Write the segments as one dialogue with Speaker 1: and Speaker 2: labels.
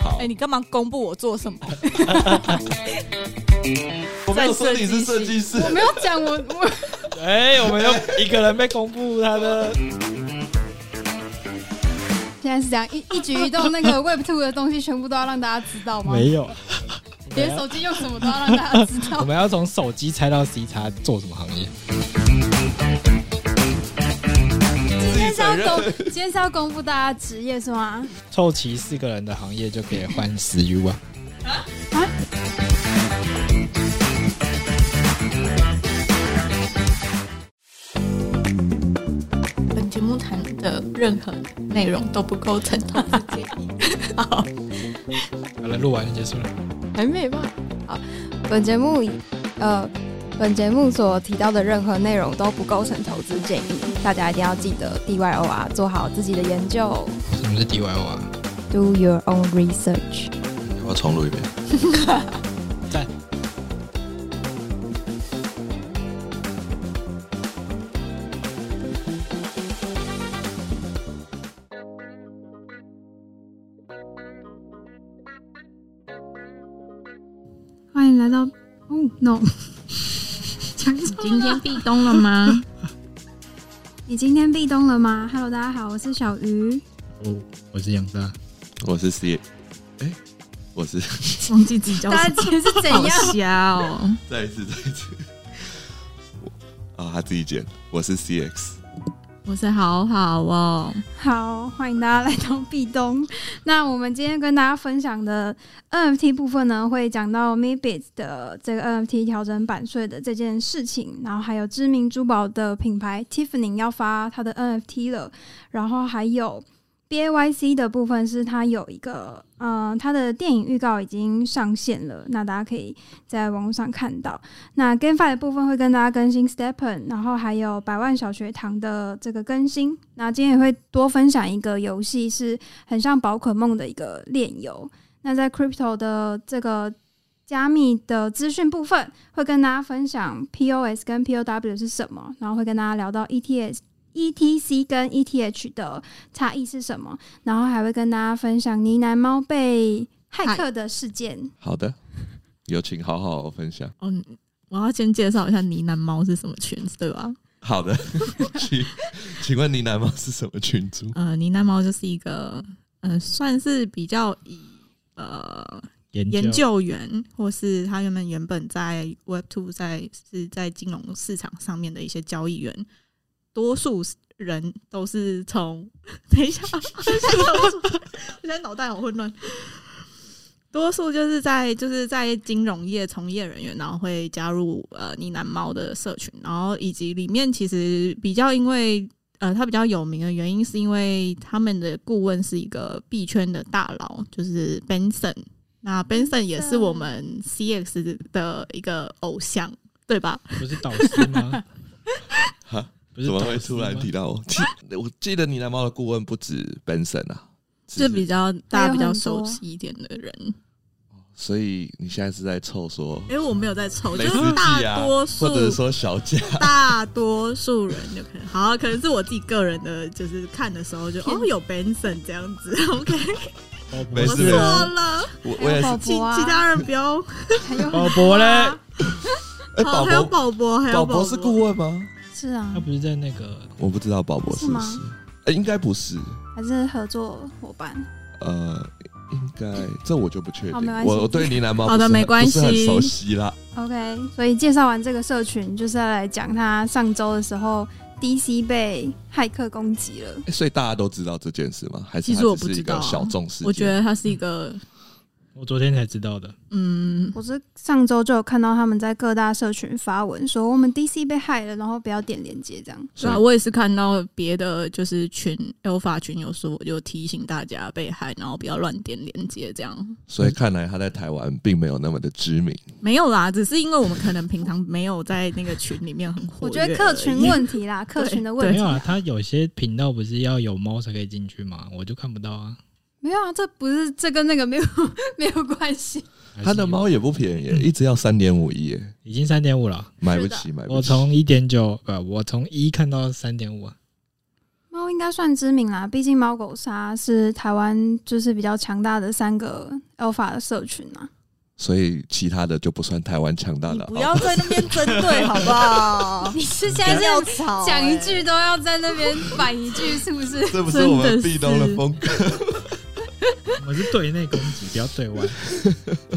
Speaker 1: 好
Speaker 2: 哎、，你干嘛公布我做 什么？
Speaker 1: 我没有说你是设计师，
Speaker 3: 我没有讲我我
Speaker 4: 哎、我们又一个人被公布他的，
Speaker 3: 现在是这样一一举一动，那个 Web Two 的东西全部都要让大家知道吗？
Speaker 4: 没有，
Speaker 3: 连手机用什么都要让大家知
Speaker 4: 我
Speaker 3: 道。
Speaker 4: 们要从手机猜到 C 叉做什么行业？
Speaker 3: 今天是要公，今天是要公布大家职业是吗？
Speaker 4: 凑齐四个人的行业就可以换十 U 啊！
Speaker 2: 本节目谈的任何内容都不构成投 资建议。好，
Speaker 4: 好了，录完就结束了。
Speaker 2: 还没吧？
Speaker 3: 本节目呃，本节目所提到的任何内容都不构成投资建议，大家一定要记得 DYOR 做好自己的研究
Speaker 4: 什么是 DYO 啊？
Speaker 3: ，Do your own research。
Speaker 1: 我要重录 一遍。
Speaker 4: 赞。
Speaker 3: 欢迎来到哦 no，讲错
Speaker 5: 今天壁咚了 吗？
Speaker 3: 你今天壁咚了吗？Hello，大家好，我是小鱼。
Speaker 4: 哦，我是杨大，
Speaker 1: 我是 C，哎、我是
Speaker 5: 忘记自己叫
Speaker 3: 大家
Speaker 5: 什
Speaker 3: 今天是怎
Speaker 5: 么，好
Speaker 3: 样？
Speaker 5: 瞎哦！
Speaker 1: 再一次，再一次。我啊、他自己剪。我是 CX，
Speaker 5: 我是好好哦，
Speaker 3: 好，欢迎大家来到壁咚。那我们今天跟大家分享的 NFT 部分呢，会讲到 Mibit 的这个 NFT 调整版税的这件事情，然后还有知名珠宝的品牌 Tiffany 要发它的 NFT 了，然后还有 BAYC 的部分是它有一个，呃，它的电影预告已经上线了，那大家可以在网络上看到。那 GameFi 的部分会跟大家更新 Stepen，然后还有百万小学堂的这个更新。那今天也会多分享一个游戏，是很像宝可梦的一个炼油。那在 Crypto 的这个加密的资讯部分，会跟大家分享 POS 跟 POW 是什么，然后会跟大家聊到 E ETS。ETC 跟 ETH 的差异是什么？然后还会跟大家分享呢喃猫被骇客的事件。
Speaker 1: 好的，有请好好分享。
Speaker 5: 嗯，我要先介绍一下呢喃猫是什么圈子，对吧？
Speaker 1: 好的， 请请问呢喃猫是什么群组？
Speaker 5: 呃，呢喃猫就是一个，呃，算是比较以呃
Speaker 4: 研
Speaker 5: 研究员，或是他原本原本在 Web Two 在是在金融市场上面的一些交易员，多数人都是从 等一下，啊我现在脑袋好混乱。多数就是在就是在金融业从业人员，然后会加入呃呢喃猫的社群，然后以及里面其实比较因为呃它比较有名的原因，是因为他们的顾问是一个币圈的大佬，就是 Benson。那 Benson 也是我们 CX 的一个偶像，对吧？
Speaker 4: 不是导师 吗？
Speaker 1: 哈，
Speaker 4: 不是
Speaker 1: 怎么
Speaker 4: 导
Speaker 1: 会
Speaker 4: 师
Speaker 1: 突然
Speaker 4: 吗
Speaker 1: 提到我？记我记得呢喃猫的顾问不止 Benson 啊，
Speaker 5: 是
Speaker 1: 是
Speaker 5: 比较大家比
Speaker 3: 还有
Speaker 5: 较
Speaker 3: 很
Speaker 5: 熟
Speaker 3: 多
Speaker 5: 悉一点的人。
Speaker 1: 所以你现在是在凑说
Speaker 5: 哎、我没有在抽，就
Speaker 1: 雷斯
Speaker 5: 是
Speaker 1: 季
Speaker 5: 大
Speaker 1: 啊，
Speaker 5: 多
Speaker 1: 或
Speaker 5: 数
Speaker 1: 者说小贾，
Speaker 5: 大多数人就可能好，可能是我自己个人的，就是看的时候就
Speaker 3: 天
Speaker 5: 哦有 Benson 这样子 ，OK，
Speaker 4: 鲍
Speaker 1: 没
Speaker 4: 勃
Speaker 5: 我
Speaker 1: 事
Speaker 5: 错
Speaker 1: 没事
Speaker 5: 了，
Speaker 1: 我我也是
Speaker 3: 还有。
Speaker 5: 其
Speaker 3: 宝宝啊
Speaker 5: 其他人不要。
Speaker 3: 还有
Speaker 4: 鲍勃哦嘞，
Speaker 1: 哎，
Speaker 5: 好，
Speaker 1: 宝
Speaker 5: 还有
Speaker 1: 宝
Speaker 5: 宝宝，还有
Speaker 1: 宝
Speaker 5: 宝
Speaker 1: 宝是顾问吗？
Speaker 3: 是啊
Speaker 4: 他，不是在那个
Speaker 1: 我不知道宝宝是不
Speaker 3: 是
Speaker 1: 是，哎，应该不是，
Speaker 3: 还是合作伙伴。
Speaker 1: 呃，应该这我就不确
Speaker 3: 好
Speaker 1: 定
Speaker 3: 没关。系
Speaker 1: 我我对呢喃猫
Speaker 5: 好的
Speaker 1: 不是很
Speaker 5: 没关系
Speaker 1: 不是很熟悉啦。
Speaker 3: OK，所以介绍完这个社群，就是要来讲他上周的时候，DC 被骇客攻击了。
Speaker 1: 哎所以大家都知道这件事吗？还是
Speaker 5: 其实
Speaker 1: 它
Speaker 5: 我
Speaker 1: 只
Speaker 5: 不
Speaker 1: 是
Speaker 5: 知
Speaker 1: 一个
Speaker 5: 道啊
Speaker 1: 小众事件？
Speaker 5: 我觉得他是一个
Speaker 4: 我昨天才知道的，
Speaker 5: 嗯，
Speaker 3: 我是上周就有看到他们在各大社群发文说，我们 DC 被害了，然后不要点链接这样。
Speaker 5: 对啊，
Speaker 1: 所以
Speaker 5: 我也是看到别的就是群 Alpha 群有说，我就提醒大家被害，然后不要乱点连接这样。
Speaker 1: 所以看来他在台湾并没有那么的知名。
Speaker 5: 没有啦，只是因为我们可能平常没有在那个群里面很活
Speaker 3: 我
Speaker 5: 跃
Speaker 3: 觉
Speaker 5: 而已。
Speaker 3: 得客群问题啦，客群的问
Speaker 4: 呃没
Speaker 3: 题
Speaker 4: 有啊。他有些频道不是要有猫才可以进去吗？我就看不到啊。
Speaker 3: 没有啊，这不是这跟那个没有 没有关系。
Speaker 4: 还是
Speaker 1: 他的猫也不便宜
Speaker 5: 嗯
Speaker 1: 耶，一只要三点五亿耶，
Speaker 4: 已经三点五了，
Speaker 1: 买不起，买不起。
Speaker 4: 我从一点九，呃，我从一看到三点五啊。
Speaker 3: 猫应该算知名啦，毕竟猫狗鲨是台湾就是比较强大的三个 Alpha 的社群啊。
Speaker 1: 所以其他的就不算台湾强大
Speaker 6: 你
Speaker 1: 了。
Speaker 6: 不要在那边针对好不 好？
Speaker 3: 你是现
Speaker 6: 哦不
Speaker 3: 在
Speaker 6: 要
Speaker 3: 是
Speaker 6: 吵欸，
Speaker 3: 讲一句都要在那边反一句，是不是？
Speaker 1: 这不
Speaker 5: 是我们壁咚的
Speaker 1: 风 格。
Speaker 4: 我是对内攻击，不要对外。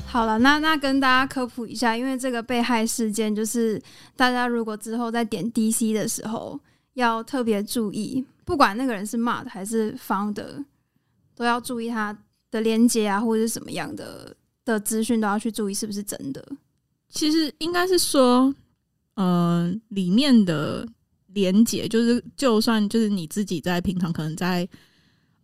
Speaker 3: 好了，那那跟大家科普一下，因为这个被害事件，就是大家如果之后在点 DC 的时候，要特别注意，不管那个人是 Mud 还是 Founder，都要注意他的连接啊，或者是什么样的的资讯都要去注意是不是真的。
Speaker 5: 其实应该是说，呃，里面的连接就是，就算就是你自己在平常可能在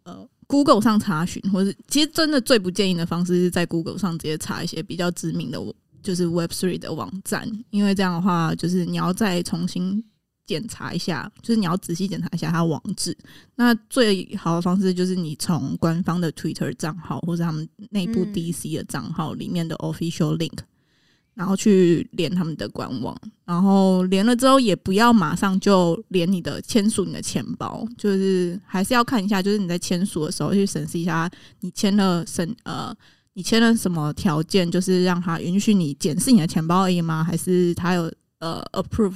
Speaker 5: 呃 Google 上查询，或是其实真的最不建议的方式是在 Google 上直接查一些比较知名的，就是 Web Three 的网站，因为这样的话，就是你要再重新检查一下，就是你要仔细检查一下它网址。那最好的方式就是你从官方的 Twitter 账号或者他们内部
Speaker 3: 嗯
Speaker 5: DC 的账号里面的 Official Link。然后去连他们的官网，然后连了之后也不要马上就连你的签署你的钱包，就是还是要看一下，就是你在签署的时候去审视一下你签了审呃你签了什么条件，就是让他允许你检视你的钱包而已吗？还是他有呃 approve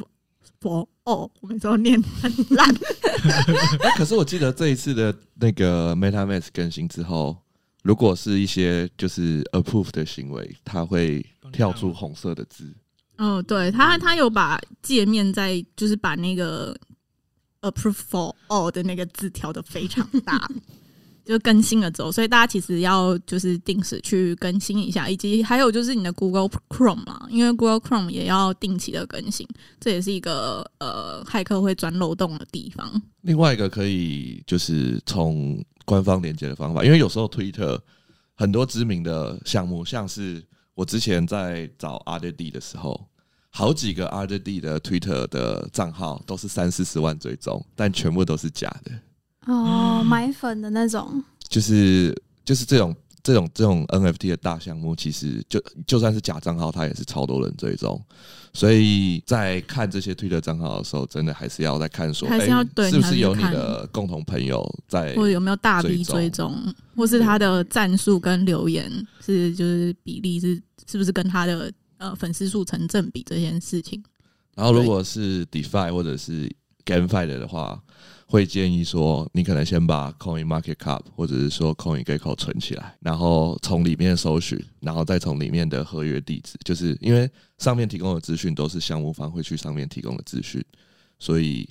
Speaker 5: for all？我们说念很烂，
Speaker 1: 可是我记得这一次的那个 MetaMask 更新之后，如果是一些就是 approve 的行为，它会跳出红色的字。
Speaker 5: 嗯，对他他有把界面在就是把那个 approve for all 的那个字调的非常大。 就更新了之后，所以大家其实要就是定时去更新一下，以及还有就是你的 Google Chrome 啊，因为 Google Chrome 也要定期的更新，这也是一个呃骇客会钻漏洞的地方。
Speaker 1: 另外一个可以就是从官方连接的方法，因为有时候 Twitter 很多知名的项目，像是我之前在找 r d d 的时候，好几个 r d d 的 Twitter 的账号都是三四十万追踪，但全部都是假的。
Speaker 3: 哦，买粉的那种，
Speaker 1: 就是就是这种这种这种 NFT 的大项目，其实就就算是假账号，它也是超多人追踪。所以在看这些推特账号的时候，真的还是要再看说，
Speaker 5: 还是要
Speaker 1: 诶
Speaker 5: 对
Speaker 1: 是不
Speaker 5: 你还
Speaker 1: 是
Speaker 5: 是
Speaker 1: 有你
Speaker 5: 看
Speaker 1: 的共同朋友在
Speaker 5: 或？者有没有大 V
Speaker 1: 追踪
Speaker 5: 追踪，或是他的战术跟留言是就是比例是是不是跟他的呃粉丝数成正比这件事情。
Speaker 1: 然后如果是 DeFi 或者是 GameFi 的的话，会建议说，你可能先把 Coin Market Cap 或者是说 Coin Gecko 存起来，然后从里面搜寻，然后再从里面的合约地址，就是因为上面提供的资讯都是项目方会去上面提供的资讯，所以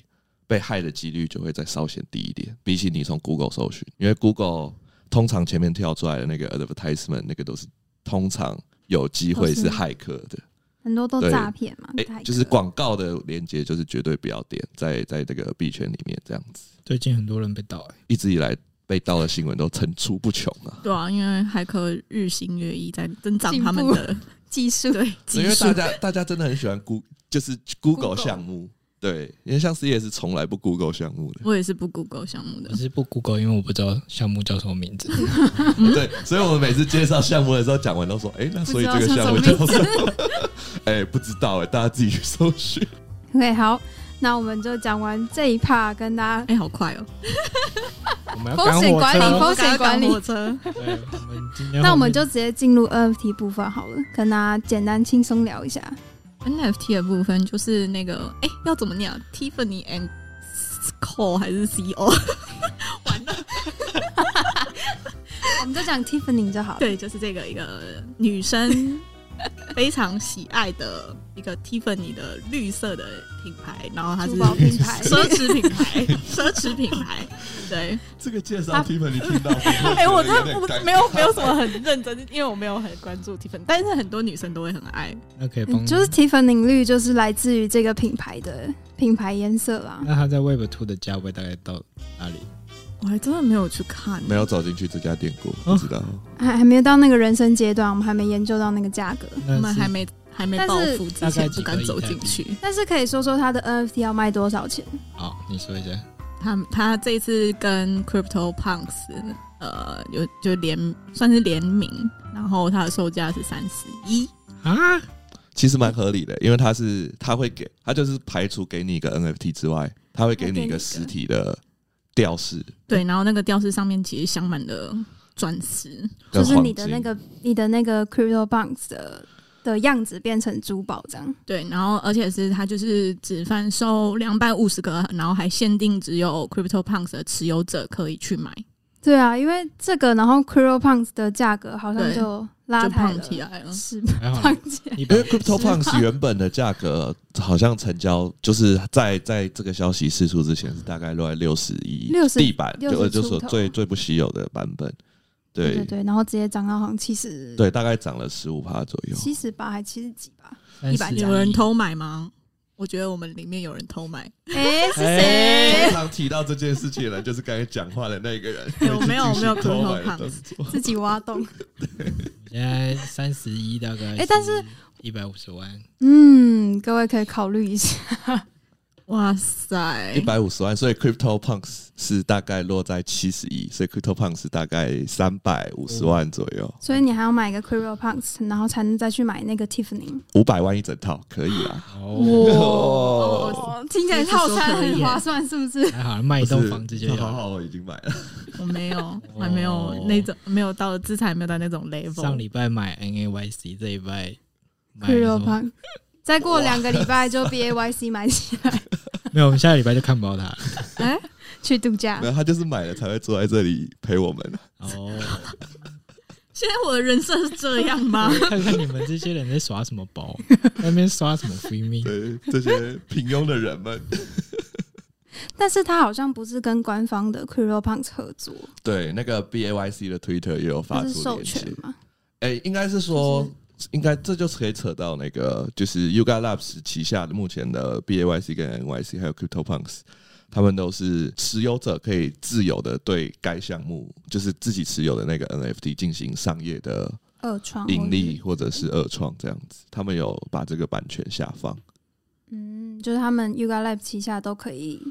Speaker 1: 被害的几率就会再稍显低一点，比起你从 Google 搜寻，因为 Google 通常前面跳出来的那个 advertisement 那个都是通常有机会是
Speaker 3: 都是
Speaker 1: 骇客的。
Speaker 3: 很多都
Speaker 1: 对
Speaker 3: 诈骗嘛，
Speaker 1: 哎、
Speaker 3: 骇客
Speaker 1: 就是广告的连接，就是绝对不要点，在在这个币圈里面这样子，
Speaker 4: 最近很多人被盗、欸，
Speaker 1: 一直以来被盗的新闻都层出不穷啊。
Speaker 5: 对啊，因为骇客日新月异，在增长
Speaker 3: 进步
Speaker 5: 他们 的
Speaker 3: 技术
Speaker 5: 对
Speaker 1: 因
Speaker 5: 技
Speaker 1: 为大
Speaker 5: 术。
Speaker 1: 家大家真的很喜欢 Go，就是 Google
Speaker 3: Google
Speaker 1: 项目，对，因为像 C 也是从来不 Google 项 目的，
Speaker 5: 我也是不 Google 项目的
Speaker 4: 我，是不 Google，因为我不知道项目叫什么名字。
Speaker 1: 对，所以我们每次介绍项目的时候，讲完都说，哎、那所以这个项目叫 什么？哎、不知道哎、大家自己去搜 寻。
Speaker 3: OK，好，那我们就讲完这一 part，跟大家
Speaker 5: 哎、好快哦！
Speaker 4: 我们要
Speaker 3: 风
Speaker 4: 赶
Speaker 3: 险
Speaker 4: 火
Speaker 3: 管理
Speaker 4: 车，
Speaker 3: 风险管理
Speaker 5: 赶快赶火车，
Speaker 4: 对，我们今天
Speaker 3: 那我
Speaker 4: 后
Speaker 3: 们
Speaker 4: 面
Speaker 3: 就直接进入 NFT 部分好了，跟大家简单轻松聊一下。
Speaker 5: NFT 的部分就是那个，哎、要怎么念啊？Tiffany and Co 还是 Co？
Speaker 3: 我们就讲 Tiffany 就好了。
Speaker 5: 对，就是这个一个女 生非常喜爱的一个 Tiffany 的绿色的品牌，然后它是
Speaker 3: 珠宝品 牌
Speaker 5: 奢侈品牌，奢侈品牌，对，
Speaker 1: 这个介
Speaker 3: 啊
Speaker 1: 绍 Tiffany 听到，哎
Speaker 5: 哎、我真的我没有没有什么很认真，因为我没有很关注 Tiffany，但是很多女生都会很爱。
Speaker 4: 那可以帮
Speaker 3: 嗯，就是 Tiffany 绿，就是来自于这个品牌的品牌颜色啦。
Speaker 4: 那它在 Web Two 的价位大概到哪里？
Speaker 5: 我还真的没有去看，
Speaker 1: 没有走进去这家店过，
Speaker 4: 哦
Speaker 1: 不知道。
Speaker 3: 还还没有到那个人生阶段，我们还没研究到那个价格。
Speaker 4: 那
Speaker 5: 我
Speaker 4: 是
Speaker 5: 们还没还没
Speaker 3: 但是
Speaker 5: 暴富之
Speaker 4: 大概
Speaker 5: 前
Speaker 4: 几
Speaker 5: 不
Speaker 4: 个
Speaker 5: 敢
Speaker 4: 亿
Speaker 5: 走
Speaker 4: 台
Speaker 5: 进
Speaker 4: 币
Speaker 5: 去。
Speaker 3: 但是可以说说它的 NFT 要卖多少钱？
Speaker 4: 好、你说一下。
Speaker 5: 他他这一次跟 Crypto Punks 呃有就联算是联名，然后它的售价是三十一，
Speaker 4: 啊，
Speaker 1: 其实蛮合理的，因为它是它会给它就是排除给你一个 NFT 之外，它会给你一个实体的吊饰
Speaker 5: 对，然后那个吊饰上面其实镶满了钻石，
Speaker 1: 跟
Speaker 3: 就是
Speaker 1: 黄
Speaker 3: 你的
Speaker 1: 金
Speaker 3: 那个你的那个 crypto bonds 的的样子变成珠宝这样。
Speaker 5: 对，然后而且是它就是只贩售两百五十个，然后还限定只有 CryptoPunks 的持有者可以去买，
Speaker 3: 对啊，因为这个，然后 crypto bonds 的价格好像
Speaker 5: 对
Speaker 3: 就拉
Speaker 5: 就
Speaker 3: 抬
Speaker 5: 胖
Speaker 3: 了，
Speaker 5: 起来了。
Speaker 3: 是
Speaker 4: 还好
Speaker 3: 胖起来。
Speaker 4: 你把
Speaker 1: 因为 CryptoPunks 原本的价格好像成交，就是在在这个消息释出之前是大概落在六十 一
Speaker 3: 60
Speaker 1: 地板，
Speaker 3: 60
Speaker 1: 就就是
Speaker 3: 出头
Speaker 1: 最最不稀有的版本，
Speaker 3: 对
Speaker 1: 对
Speaker 3: 对对，然后直接涨到好像七十，
Speaker 1: 对，大概涨了十五趴左右。
Speaker 3: 七十八还七十几吧？
Speaker 4: 三十
Speaker 3: 100
Speaker 5: 有人偷买吗？我觉得我们里面有人偷买，
Speaker 3: 哎，是
Speaker 4: 哎
Speaker 3: 谁
Speaker 1: 通？常提到这件事情的人，就是刚才讲话的那个人。
Speaker 5: 有没有
Speaker 1: 会进行
Speaker 5: 没有
Speaker 1: 偷买的
Speaker 5: CryptoPunks
Speaker 1: 动作
Speaker 3: 自己挖洞。
Speaker 4: 我现在三十一，大概
Speaker 3: 哎但是
Speaker 4: 一百五十万，
Speaker 3: 嗯，各位可以考虑一下。
Speaker 5: 哇塞
Speaker 1: 一！百五十万，所以 CryptoPunks 是大概落在七十亿，所以 CryptoPunks 大概三百五十万左右，
Speaker 3: 所以你还要买一个 crypto bonds，然后才能再去买那个 Tiffany。
Speaker 1: 五百万一整套，可以啦。
Speaker 4: 哦，
Speaker 1: 哦，
Speaker 3: 听起来套餐很划算，是不是？
Speaker 4: 还好卖一栋房子就有
Speaker 1: 好
Speaker 4: 了。
Speaker 1: 好，我已经买了。
Speaker 5: 我没
Speaker 4: 哦
Speaker 5: 有，还没有那种没有到资产，没有到那种 level。
Speaker 4: 上礼拜买 NAYC，这礼拜买
Speaker 3: crypto
Speaker 4: 什么
Speaker 3: bonds，再过两个礼拜就 B A Y C 买起来
Speaker 4: 没有，我们下个礼拜就看不到 它了。
Speaker 5: 哎
Speaker 3: 去度假
Speaker 1: 没。有，他就是买了才会坐在这里陪 我们。
Speaker 4: 哦，
Speaker 5: 现在我的人设是这样吗？
Speaker 4: 看看你们这些人在耍什么 宝，在那边刷什么 free me，
Speaker 1: 对这些平庸的人 们，
Speaker 3: 但是它好像不是跟官方的 crypto bonds 合作，
Speaker 1: 对那个 B A Y C 的 Twitter 也有发
Speaker 3: 它
Speaker 1: 出
Speaker 3: 是授
Speaker 1: 链接
Speaker 3: 权嘛？
Speaker 1: 哎、应该是说，应该这就是可以扯到那个，就是 Yuga Labs 旗下的目前的 BAYC 跟 NYC 还有 CryptoPunks，他们都是持有者可以自由的对该项目，就是自己持有的那个 NFT 进行商业的
Speaker 3: 二创
Speaker 1: 盈利，或者是二创这样子。他们有把这个版权下放，
Speaker 3: 嗯，就是他们 Yuga Lab 旗下都可以，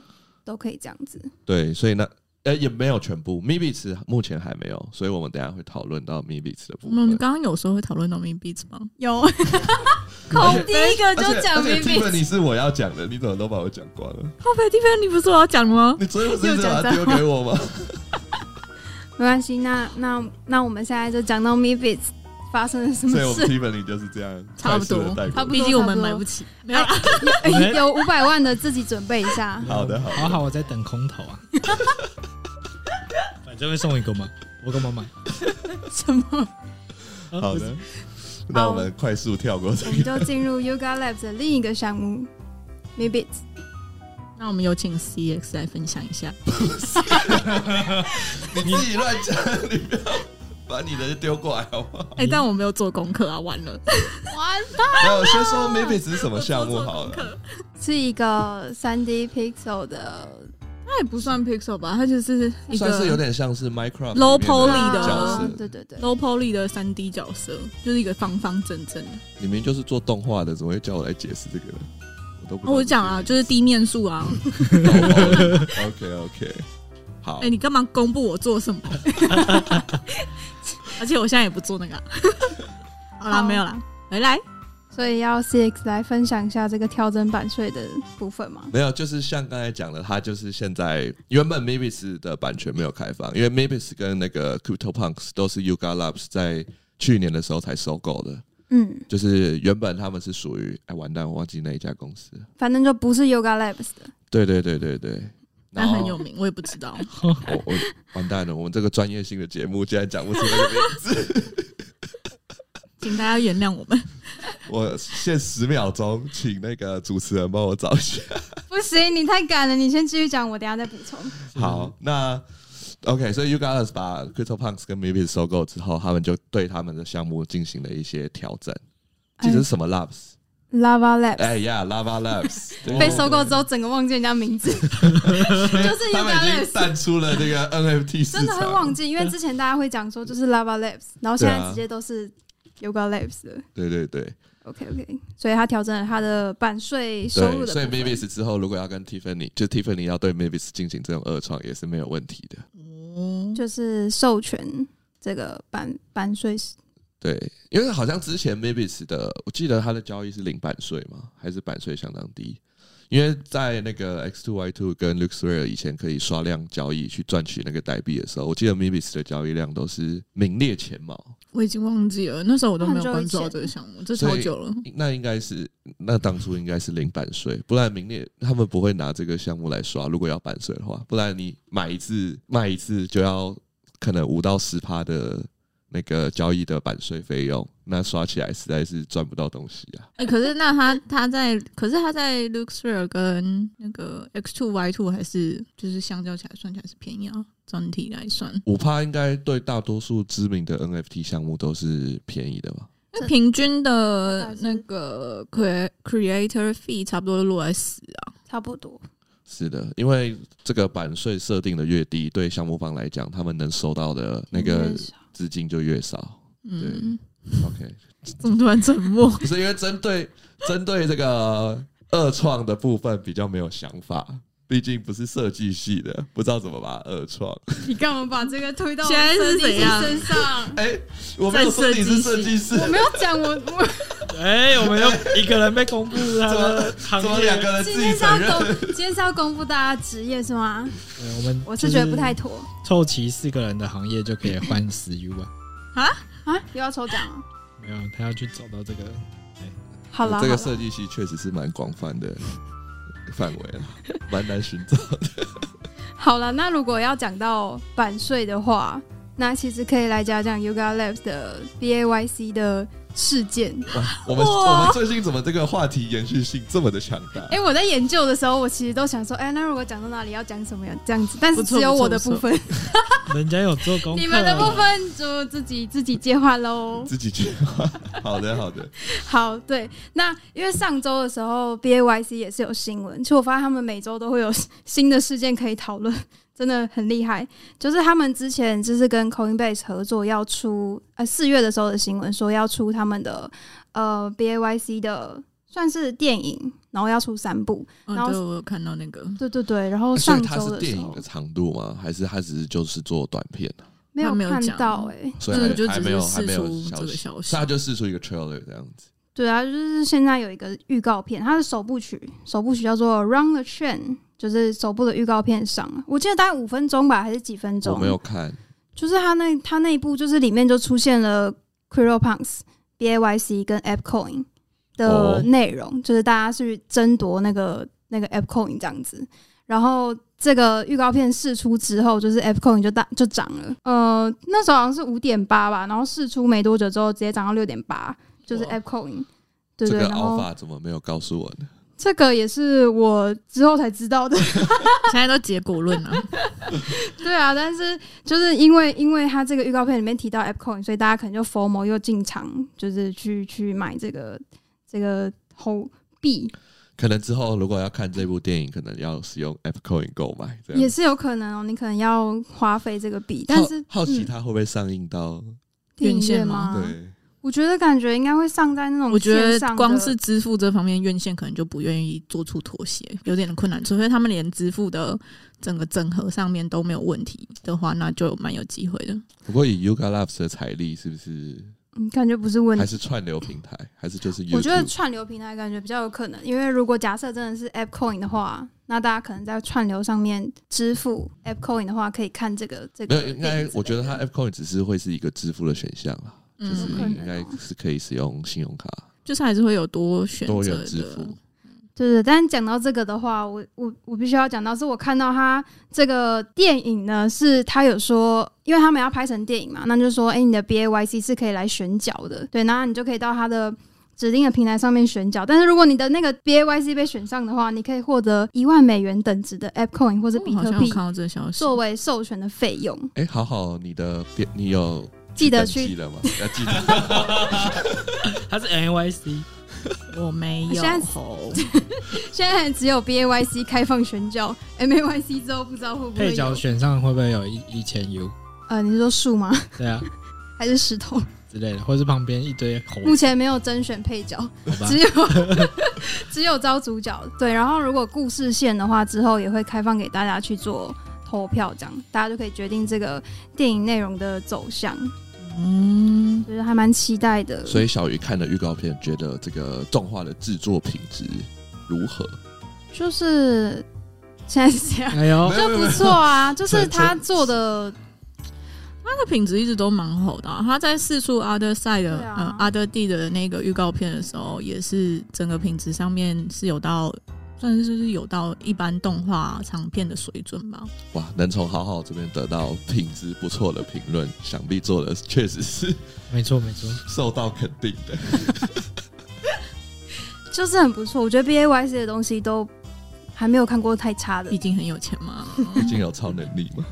Speaker 3: 都可以这样子。
Speaker 1: 对，所以那。呃，也没有全部 m i b i t 目前还没有，所以我们等一下会讨论到 m i b i t 的
Speaker 5: 我
Speaker 1: 部分。
Speaker 3: 嗯
Speaker 5: 们刚刚有说会讨论到 Mini Beats 吗？
Speaker 3: 有，
Speaker 1: 而
Speaker 3: 孔
Speaker 1: 且
Speaker 3: 第一个
Speaker 1: 而且
Speaker 3: 就讲
Speaker 1: 而且
Speaker 3: B B，
Speaker 1: Tiffany 是我要讲的，你怎么都把我讲光了？
Speaker 5: 后背地方你不是我要讲吗？
Speaker 1: 你昨天不是一直
Speaker 3: 又讲
Speaker 1: 把它丢
Speaker 3: 脏话
Speaker 1: 给我 吗？
Speaker 3: 没关系。那那那我们现在就讲到 m i b i t 发生了什么
Speaker 1: 所以我
Speaker 3: 事？
Speaker 1: 们 Tiffany 就是这样，
Speaker 5: 差不多
Speaker 1: 快速地带过
Speaker 3: 差不多
Speaker 5: 毕
Speaker 3: 哎
Speaker 5: 竟我们买不起，没有啦。
Speaker 4: 们
Speaker 3: 有五百万的自己准备一下。
Speaker 1: 好的好的
Speaker 4: 好好，我在等空投 啊。反正会送一个吗？我干嘛买？
Speaker 3: 什么？
Speaker 4: 啊
Speaker 1: 好，
Speaker 4: 不
Speaker 1: 的
Speaker 4: 是。
Speaker 1: 那我们快速跳过这
Speaker 3: 我们
Speaker 1: 个。
Speaker 3: 就进入 Yoga Labs 的另一个项目 m i b i t
Speaker 5: 那我们有请 CX 来分享一下。
Speaker 1: 嗯你自己乱讲，你不要把你的丢过来好不好？
Speaker 5: 哎、但我没有做功课啊，完了。
Speaker 3: 哇，
Speaker 1: 没有，先说 m a b i 是什么项目好了。
Speaker 3: 是一个三 D Pixel 的，
Speaker 5: 它也不算 Pixel 吧，它就是一
Speaker 1: 算是有
Speaker 5: 个
Speaker 1: 点像是 Minecraft
Speaker 5: Low
Speaker 1: 里面
Speaker 5: poly
Speaker 1: 的
Speaker 5: 的
Speaker 1: 角色，
Speaker 3: 对对对，
Speaker 5: low poly 的三 D 角色，就是一个方方正正的。
Speaker 1: 你们就是做动画的，怎么会叫我来解释这个呢？我都不
Speaker 5: 哦，我讲啊，就是低面数啊。
Speaker 1: OK OK，好
Speaker 5: 哎、，你干嘛公布我做什么？ 而且我现在也不做那个啊、好啦，
Speaker 3: 好
Speaker 5: 没有啦，回来。
Speaker 3: 所以要 CX 来分享一下这个调整版税的部分嘛？
Speaker 1: 没有，就是像刚才讲的，它就是现在原本 Mibis 的版权没有开放，因为 Mibis 跟那个 CryptoPunks 都是 Yuga Labs 在去年的时候才收购的，
Speaker 3: 嗯，
Speaker 1: 就是原本他们是属于哎完蛋，我忘记那一家公司了。
Speaker 3: 反正就不是 Yoga Labs 的。
Speaker 1: 对对对对对，
Speaker 5: 那很有。名，我也不知道。
Speaker 1: 我我完蛋了，我们这个专业性的节目竟然讲不出那个名字。
Speaker 5: 请大家原谅我们。
Speaker 1: 我限十秒钟，请那个主持人帮我找一下。
Speaker 3: 不行，你太赶了，你先继续讲，我等一下再补充。
Speaker 1: 好，那 OK，所以 u g a l a s 把 CryptoPunks 跟 Mibis 收购之后，他们就对他们的项目进行了一些调整。
Speaker 3: 哎
Speaker 1: 其实是什么 Labs？
Speaker 3: Lava Labs、
Speaker 1: 哎呀 ，Lava Labs 对
Speaker 3: 被收购之后，整个忘记人家名字， 就是
Speaker 1: 他
Speaker 3: Yoga
Speaker 1: 们已
Speaker 3: Labs
Speaker 1: 经。淡出了这个 NFT 市
Speaker 3: 真
Speaker 1: 场，
Speaker 3: 的会忘记，因为之前大家会讲说就是 Lava Labs，然后现
Speaker 1: 对
Speaker 3: 在
Speaker 1: 啊
Speaker 3: 直接都是 Yoga Labs 了。
Speaker 1: 对对对
Speaker 3: OK OK，所以他调整了他的版税收入的
Speaker 1: 对，
Speaker 3: 部
Speaker 1: 所以
Speaker 3: 分。
Speaker 1: Mibis 之后如果要跟 Tiffany，就 Tiffany 要对 Mibis 进行这种二创也是没有问题的。
Speaker 5: 哦，
Speaker 3: 就是授权这个版版税是
Speaker 1: 对，因为好像之前 Mibis 的，我记得它的交易是零版税嘛，还是版税相当低？因为在那个 X two Y two 跟 l u x r a r 以前可以刷量交易去赚取那个代币的时候，我记得 Mibis 的交易量都是名列前茅。
Speaker 5: 我已经忘记了，那时候我都没有
Speaker 3: 很久以
Speaker 5: 关注到
Speaker 3: 前
Speaker 5: 这个项目，这
Speaker 1: 所
Speaker 5: 超
Speaker 1: 以
Speaker 5: 久了。
Speaker 1: 那应该是那当初应该是零版税，不然名列他们不会拿这个项目来刷。如果要版税的话，不然你买一次卖一次就要可能五到十趴的那个交易的版税费用，那刷起来实在是赚不到东西啊。
Speaker 5: 哎、可是那他他在，可是他在 Luxor 跟那个 X Two Y Two 还是就是相较起来算起来是便宜啊，整体来算，
Speaker 1: 五趴应该对大多数知名的 NFT 项目都是便宜的吧？
Speaker 5: 那
Speaker 3: 这
Speaker 5: 平均的那个 cre- Creator Fee 差不多落在十啊，
Speaker 3: 差不多。
Speaker 1: 是的，因为这个版税设定的越低，对项目方来讲，他们能收到的那个
Speaker 3: 嗯少
Speaker 1: 资金就越少。
Speaker 5: 嗯，
Speaker 1: OK，
Speaker 5: 怎么突然沉默？
Speaker 1: 不是因为针对针对这个二创的部分比较没有想法，毕竟不是设计系的，不知道怎么把它二创。
Speaker 3: 你干嘛把这个推到我
Speaker 5: 现在是
Speaker 3: 设计
Speaker 5: 怎
Speaker 3: 师
Speaker 5: 样
Speaker 3: 身上？
Speaker 1: 哎、我没有说你是设计师，
Speaker 3: 我没有讲我我
Speaker 4: 哎，我们又一个人被公布他的行
Speaker 1: 怎么
Speaker 4: 业
Speaker 1: 两，个人
Speaker 3: 今
Speaker 1: 自己
Speaker 3: 天是
Speaker 1: 承
Speaker 3: 要
Speaker 1: 认？
Speaker 3: 公今天是要公布大家职业是吗？
Speaker 4: 哎对我们
Speaker 3: 我
Speaker 4: 就是
Speaker 3: 觉得不太妥
Speaker 4: 凑齐四个人的行业就可以换十 U 啊。
Speaker 3: 啊，又要抽奖了。
Speaker 4: 没有，他要去找到这个。
Speaker 3: 好了，
Speaker 1: 这个
Speaker 3: 好了
Speaker 1: 设计系确实是蛮广泛的范围了，蛮难寻找。
Speaker 3: 好了，那如果要讲到版税的话，那其实可以来讲讲 Yoga Labs 的 BAYC 的事件。
Speaker 1: 哇， 我们我们最近怎么这个话题延续性这么的强大？
Speaker 3: 哎、我在研究的时候，我其实都想说，哎、那如果讲到哪里要讲什么呀？这样子，但是
Speaker 5: 不错
Speaker 3: 只有
Speaker 5: 不错
Speaker 3: 我的
Speaker 5: 不错
Speaker 3: 部分，
Speaker 4: 人家有做功课，
Speaker 3: 你们的部分就自己自己接话喽。
Speaker 1: 自己去，好的好的，
Speaker 3: 好，对，那因为上周的时候 BAYC 也是有新闻，其实我发现他们每周都会有 新的事件可以讨论，真的很厉害。就是他们之前就是跟 Coinbase 合作要出，呃，四月的时候的新闻说要出他们的呃 BAYC 的算是电影，然后要出三部。
Speaker 5: 嗯，
Speaker 3: 然后
Speaker 5: 对，我有看到那个，
Speaker 3: 对对对，然后
Speaker 1: 所以
Speaker 3: 上
Speaker 1: 它
Speaker 3: 周
Speaker 1: 是
Speaker 3: 的时
Speaker 1: 电影
Speaker 3: 候
Speaker 1: 的长度吗？还是它只是就是做短片啊？
Speaker 3: 没
Speaker 5: 他没有
Speaker 3: 看
Speaker 5: 讲
Speaker 3: 到哎、
Speaker 1: 所以
Speaker 5: 这
Speaker 1: 还
Speaker 5: 就
Speaker 1: 还
Speaker 5: 只
Speaker 1: 没
Speaker 5: 是
Speaker 1: 有还
Speaker 5: 释
Speaker 1: 没有
Speaker 5: 出这
Speaker 1: 消
Speaker 5: 个
Speaker 1: 息，
Speaker 5: 消息
Speaker 1: 所以它就试出一个 trailer 这样子。
Speaker 3: 对啊，就是现在有一个预告片，它的首部曲，首部曲叫做《Run the Train》，就是首部的预告片上了，我记得大概五分钟吧，还是几分
Speaker 1: 我
Speaker 3: 钟？
Speaker 1: 没有，看，
Speaker 3: 就是它那它那一部就是里面就出现了 c r y p p u n k s B A Y C 跟 App Coin 的
Speaker 1: 哦
Speaker 3: 内容，就是大家去争夺那个那个 App Coin 这样子。然后这个预告片试出之后，就是 App Coin 就大就涨了，呃，那时候好像是五点八吧，然后试出没多久之后，直接涨到六点八，就是
Speaker 1: 哇
Speaker 3: App Coin。对
Speaker 1: 这
Speaker 3: 对，
Speaker 1: 个
Speaker 3: 然后
Speaker 1: alpha 怎么没有告诉我呢？
Speaker 3: 这个也是我之后才知道的，
Speaker 5: 现在都结果论了、
Speaker 3: 对啊，但是就是因为因为它这个预告片里面提到 App Coin，所以大家可能就 FOMO 又进场，就是去去买这个这个猴币
Speaker 1: 可能之后如果要看这部电影，可能要使用 App Coin 购买这样。
Speaker 3: 也是有可能哦，你可能要花费这个币，但是
Speaker 1: 好好奇
Speaker 3: 嗯啊
Speaker 1: 它会不会上映到
Speaker 3: 电
Speaker 5: 院
Speaker 3: 影院
Speaker 5: 线
Speaker 3: 吗
Speaker 5: 吗？
Speaker 1: 对？
Speaker 3: 我觉得感觉应该会上在那种
Speaker 5: 我觉得
Speaker 3: 线上的
Speaker 5: 光是支付这方面，院线可能就不愿意做出妥协，有点困难。除非他们连支付的整个整合上面都没有问题的话，那就蛮有机会的。
Speaker 1: 不过以 Yuga Labs 的财力，是不是
Speaker 3: 嗯感觉不是问
Speaker 1: 还
Speaker 3: 题。
Speaker 1: 是串流平台，还是就是
Speaker 3: 我觉得
Speaker 1: YouTube？
Speaker 3: 串流平台感觉比较有可能，因为如果假设真的是 App Coin 的话，那大家可能在串流上面支付 App Coin 的话，可以看这个这
Speaker 1: 没
Speaker 3: 个
Speaker 1: 有，
Speaker 3: 电影之
Speaker 1: 应
Speaker 3: 类的。
Speaker 1: 该我觉得它 App Coin 只是会是一个支付的选项啦，就
Speaker 5: 嗯，
Speaker 1: 是
Speaker 3: 有可能
Speaker 1: 应该是可以使用信用卡、
Speaker 5: 就是还是会有多选
Speaker 1: 多
Speaker 5: 择
Speaker 1: 元支
Speaker 5: 的
Speaker 1: 付。。
Speaker 3: 对对，但讲到这个的话，我我我必须要讲到，是我看到他这个电影呢，是他有说，因为他们要拍成电影嘛，那就说，哎，你的 B A Y C 是可以来选角的，对，那你就可以到他的指定的平台上面选角。但是如果你的那个 B A Y C 被选上的话，你可以获得一万美元等值的 App Coin 或者比
Speaker 5: 哦好
Speaker 3: 特
Speaker 5: 像有
Speaker 3: 币
Speaker 5: 看到这个消息，
Speaker 3: 作为授权的费用。
Speaker 1: 哎，好好，你的编你有
Speaker 3: 记得
Speaker 1: 登
Speaker 3: 去
Speaker 1: 记了吗？要记得。
Speaker 4: 他是 NYC，
Speaker 5: 我没有
Speaker 3: 现在
Speaker 5: 吼。
Speaker 3: 现在只有 B A Y C 开放选角，M A Y C 之后不知道会不会
Speaker 4: 配角
Speaker 3: 有？
Speaker 4: 选上会不会有一一千 U？
Speaker 3: 呃，你是说树吗？
Speaker 4: 对啊，
Speaker 3: 还是石头？
Speaker 4: 之类的，或是旁边一堆猴
Speaker 3: 目
Speaker 4: 子，
Speaker 3: 前没有甄选配角。
Speaker 4: 嗯好吧
Speaker 3: 只？有 只有招主角，对。然后如果故事线的话，之后也会开放给大家去做投票，这样大家就可以决定这个电影内容的走向，
Speaker 5: 嗯，
Speaker 3: 就是还蛮期待的。
Speaker 1: 所以小鱼看了预告片，觉得这个动画的制作品质如何？
Speaker 3: 就是现在是这样，
Speaker 4: 哎呦，
Speaker 3: 就不错啊，就是
Speaker 1: 这这
Speaker 3: 他做的
Speaker 5: 它的品质一直都蛮好的、啊。它在试出 Other Side 的、
Speaker 3: 对啊
Speaker 5: 呃 Other D 的那个预告片的时候，也是整个品质上面是有到，算是是有到一般动画长片的水准吧。
Speaker 1: 哇，能从好好这边得到品质不错的评论，想必做的确实是
Speaker 4: 没错没错，
Speaker 1: 受到肯定 的。
Speaker 3: 就是很不错。我觉得 B A Y C 的东西都还没有看过太差的
Speaker 5: 毕，竟很有钱嘛。
Speaker 1: 毕竟有超能力嘛，